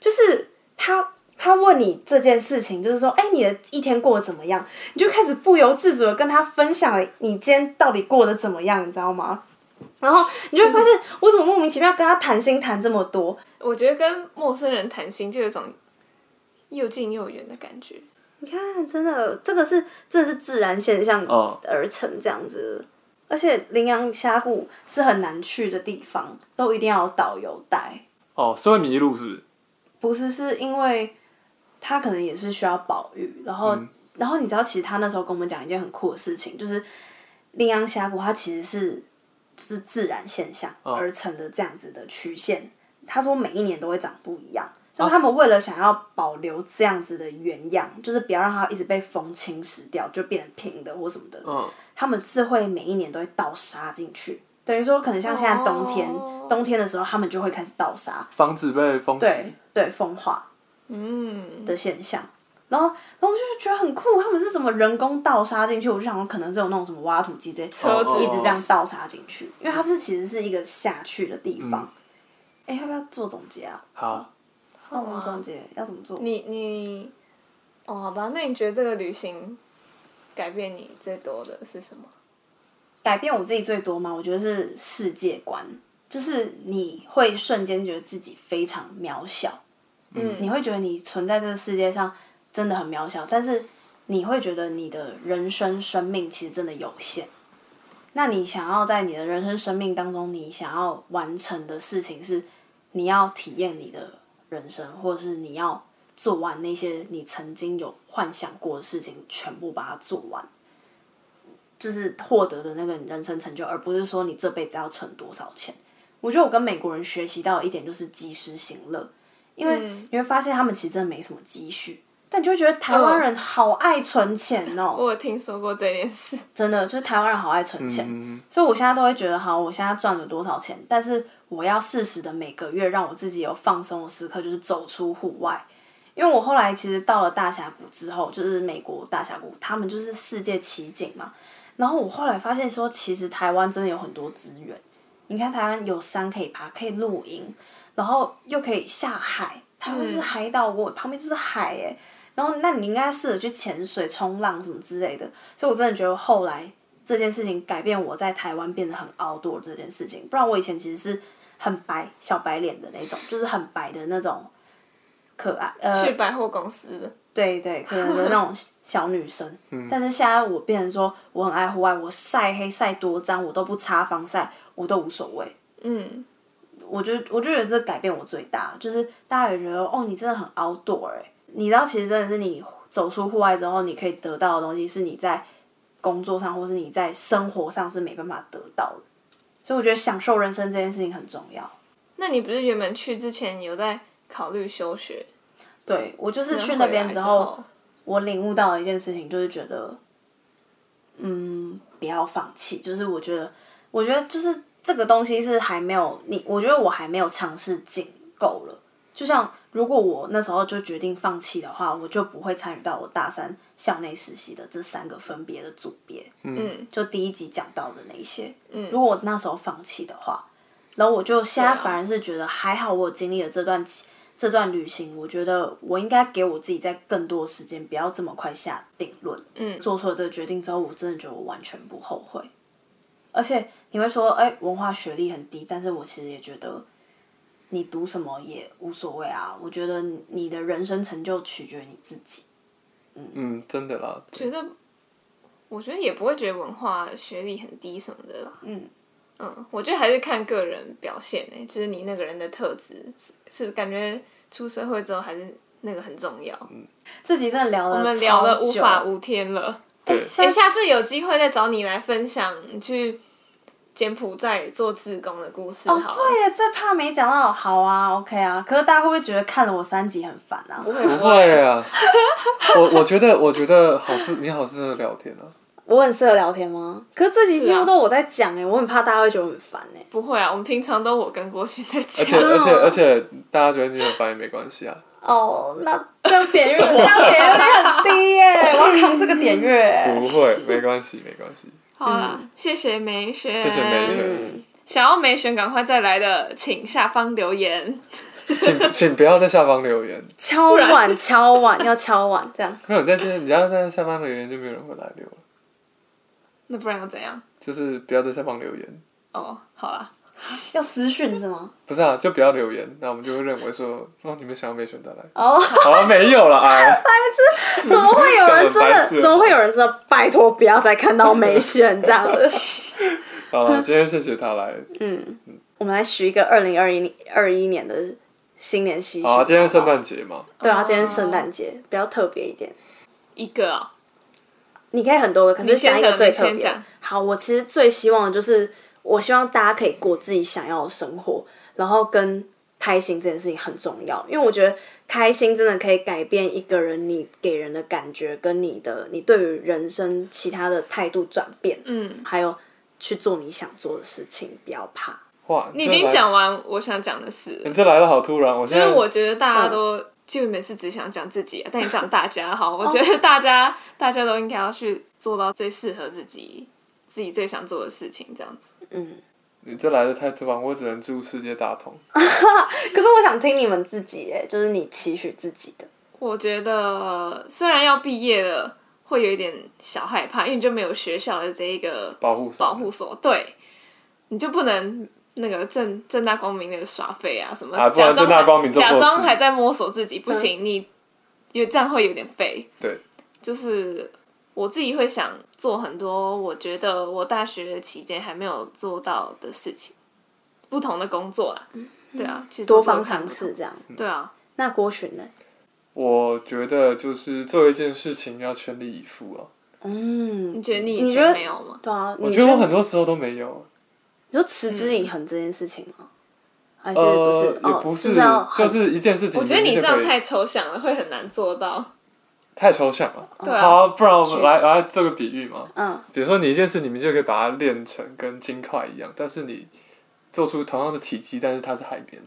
就是他他问你这件事情，就是说，哎、你的一天过得怎么样？你就开始不由自主的跟他分享你今天到底过得怎么样，你知道吗？然后你就会发现，我怎么莫名其妙跟他谈心谈这么多？我觉得跟陌生人谈心就有一种又近又远的感觉。你看，真的，这个是真的是自然现象哦而成这样子。而且羚羊峡谷是很难去的地方，都一定要有导游带。哦，是会迷路是不是？不是是因为他可能也是需要保育，然后、然后你知道，其实他那时候跟我们讲一件很酷的事情，就是羚羊峡谷它其实是是自然现象哦而成的这样子的曲线。他说每一年都会长不一样，就是他们为了想要保留这样子的原样，就是不要让它一直被风侵蚀掉，就变成平的或什么的。嗯，他们是会每一年都会倒沙进去，等于说可能像现在冬天，哦冬天的时候他们就会开始倒沙，防止被风对蚀。对，风化嗯，的现象。然后，然后我就是觉得很酷，他们是怎么人工倒沙进去？我就想，可能是有那种什么挖土机这车子哦一直这样倒沙进去，因为它是其实是一个下去的地嗯方。哎、要不要做总结啊？好，那我好们啊总结要怎么做？你你，哦，好吧，那你觉得这个旅行改变你最多的是什么？改变我自己最多吗？我觉得是世界观，就是你会瞬间觉得自己非常渺小，嗯你会觉得你存在这个世界上真的很渺小，但是你会觉得你的人生生命其实真的有限。那你想要在你的人生生命当中，你想要完成的事情是，你要体验你的人生，或者是你要做完那些你曾经有幻想过的事情，全部把它做完，就是获得的那个人生成就，而不是说你这辈子要存多少钱。我觉得我跟美国人学习到一点就是及时行乐，因为嗯你会发现他们其实真的没什么积蓄，但你就会觉得台湾人好爱存钱哦、 我有听说过这件事，真的就是台湾人好爱存钱。嗯，所以我现在都会觉得，好，我现在赚了多少钱，但是我要适时的每个月让我自己有放松的时刻，就是走出户外。因为我后来其实到了大峡谷之后，就是美国大峡谷，他们就是世界奇景嘛。然后我后来发现说，其实台湾真的有很多资源。你看台湾有山可以爬，可以露营，然后又可以下海。台湾就是海岛国，旁边就是海哎、然后那你应该试着去潜水、冲浪什么之类的。所以我真的觉得后来这件事情改变我在台湾变得很 outdoor 这件事情，不然我以前其实是很白小白脸的那种，就是很白的那种可爱去呃，百货公司的，对对，可能的那种小女生。但是现在我变成说我很爱户外，我晒黑晒多脏我都不擦防晒，我都无所谓。嗯，我就我就觉得这改变我最大，就是大家也觉得哦，你真的很 outdoor 哎、你知道其实真的是你走出户外之后，你可以得到的东西是你在工作上或是你在生活上是没办法得到的，所以我觉得享受人生这件事情很重要。那你不是原本去之前有在考虑休学？对我就是然后去那回边来之之后，，我领悟到一件事情，就是觉得，嗯，不要放弃。就是我觉得，我觉得就是这个东西是还没有你，我觉得我还没有尝试进够了。就像如果我那时候就决定放弃的话，我就不会参与到我大三校内实习的这三个分别的组别。嗯，就第一集讲到的那一些。嗯如果我那时候放弃的话，然后我就现在对啊反而是觉得还好，我有经历了这段期这段旅行，我觉得我应该给我自己在更多的时间，不要这么快下定论。嗯做出了这个决定之后，我真的觉得我完全不后悔。而且你会说，哎、文化学历很低，但是我其实也觉得，你读什么也无所谓啊。我觉得你你的人生成就取决于你自己。嗯，真的啦，觉得，我觉得也不会觉得文化学历很低什么的啦。嗯嗯，我觉得还是看个人表现诶、就是你那个人的特质是是感觉出社会之后还是那个很重要。嗯自己真的聊了，我们聊了无法。无天了， 对，哎、下次下次有机会再找你来分享你去柬埔寨做志工的故事好哦，了，对耶，这怕没讲到，好啊，OK 啊。可是大家会不会觉得看了我三集很烦啊不？会不会啊。我我觉得，我觉得好适，你好适合聊天啊。我很适合聊天吗？可是这集是啊几乎都我在讲哎、我很怕大家会觉得我很烦哎、不会啊，我们平常都我跟郭勋在而且讲，而且而且，大家觉得你很烦也没关系啊。哦，那这样点 阅，这样点阅率很低耶、 我要扛这个点阅、不会，没关系，没关系。 好啦，谢谢梅璇，谢谢梅璇，嗯，想要梅璇赶快再来的，请下方留言。请请不要在下方留言，敲碗敲碗要敲碗这样。没有你在这，你要在下方留言就没有人会来留了，那不然要怎样？就是不要在下方留言。哦，好啦，要私讯是吗？不是啊，就不要留言，那我们就会认为说，哦，你们想要没选再来， 哦，好啊，没有了，哎，怎么会有人真讲得很的白？痴啊怎么会有人真的？拜托，不要再看到美选这样了。好了，今天谢谢 他来，嗯，我们来许一个二零二一二一年的新年希许。好啊，今天不好哦圣诞节嘛，对啊，今天圣诞节比较特别一点。一个、哦，你可以很多个，可你是先讲一个讲最你特先别的讲。好，我其实最希望的就是，我希望大家可以过自己想要的生活，然后跟开心这件事情很重要，因为我觉得开心真的可以改变一个人你给人的感觉，跟你的你对于人生其他的态度转变，嗯，还有去做你想做的事情，不要怕。哇，你已这经来，讲完我想讲的事了，你这来的好突然，我现因在为我觉得大家都基本每次只想讲自己、啊但你讲大家好，我觉得大家大家都应该要去做到最适合自己。自己最想做的事情，这样子。嗯，你这来的太突然，我只能祝世界大同。可是我想听你们自己，哎，就是你期许自己的。我觉得虽然要毕业了，会有一点小害怕，因为你就没有学校的这一个保护伞保护所，对，你就不能那个正正大光明的耍废啊什么，啊不假然装正大还光明做假错装事嗯还在摸索自己，不行，你有这样会有点废。对，就是我自己会想做很多我觉得我大学期间还没有做到的事情，不同的工作啊，对啊，去做嗯做多方看尝试，这样。对啊，那郭寻呢？我觉得就是做一件事情要全力以赴啊。嗯你，觉得你以你觉得前没有吗？对啊，我你觉得我就很多时候都没有，你说持之以恒这件事情吗？还是不呃，是？也哦，不，就是是要就很是一件事情。我觉得你就这样可以太抽象了，会很难做到。太抽象了。对啊好，不然我们是来来做个比喻嘛。嗯比如说你一件事，你们就可以把它练成跟金块一样，但是你做出同样的体积，但是它是海绵。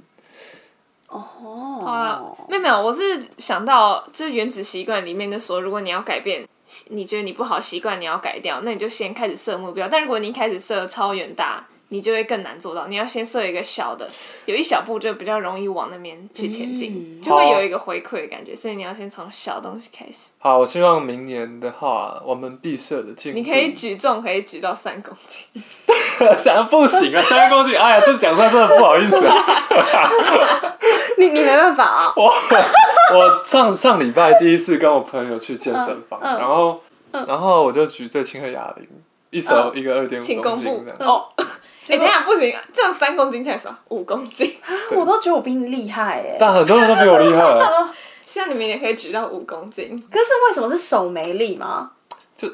啊哦，，没有没有，我是想到就是《原子习惯》里面就说，如果你要改变，你觉得你不好习惯，你要改掉，那你就先开始设目标。但如果你一开始设超远大，你就会更难做到。你要先设一个小的，有一小步就比较容易往那边去前进，嗯就会好有一个回馈的感觉。所以你要先从小东西开始。好，我希望明年的话，我们毕设的进度，你可以举重，可以举到三公斤，想不行 啊， 三个公斤，哎呀，这讲出来真的不好意思啊。你你没办 法啊，我我上上礼拜第一次跟我朋友去健身房，嗯嗯嗯然后、然后我就举最轻的哑铃，一手一个二点请五公公斤布这样。哦。哎、等一下，不行，这样三公斤太少，五公 斤。嗯我都觉得我比你厉害哎。但很多人都比我厉害 啊，希望你们也可以举到五公斤。可是为什么是手没力吗？就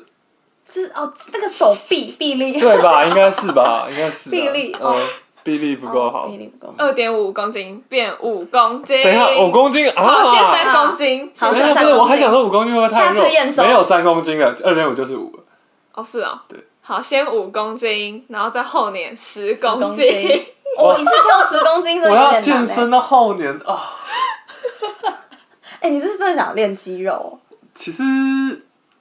就是哦，那个手臂臂力， 对吧？应该是吧？应该是、啊。臂力哦嗯，臂力不够好。臂力不哎够。二点五公斤变五公斤，等一下，五公斤啊！好，先三公斤，好等一下，先三不是，公斤我还想说五公斤会不会太下次验肉？收没有三公斤的，二点五就是五了。哦是哦，对，好，先五公斤，然后再后年十10公斤，哦，你是跳十公斤的，我有点要难健身欸。到后年啊！哎，你是不是真的想练肌肉哦、其实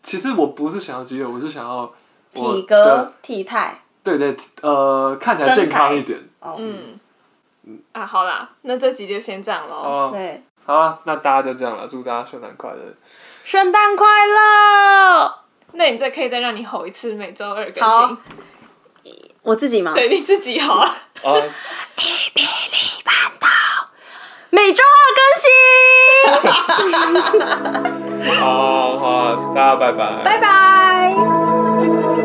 其实我不是想要肌肉，我是想要我体的格、体态？对对，呃，看起来健康一点。哦，嗯，啊，好啦，那这集就先这样喽，哦，对，好了，那大家就这样了，祝大家圣诞快乐！圣诞快乐！那你再可以再让你吼一次，每周二更新好，我自己吗？对你自己好啊，啊，每周二更新， 好好好，大家拜拜，拜拜拜。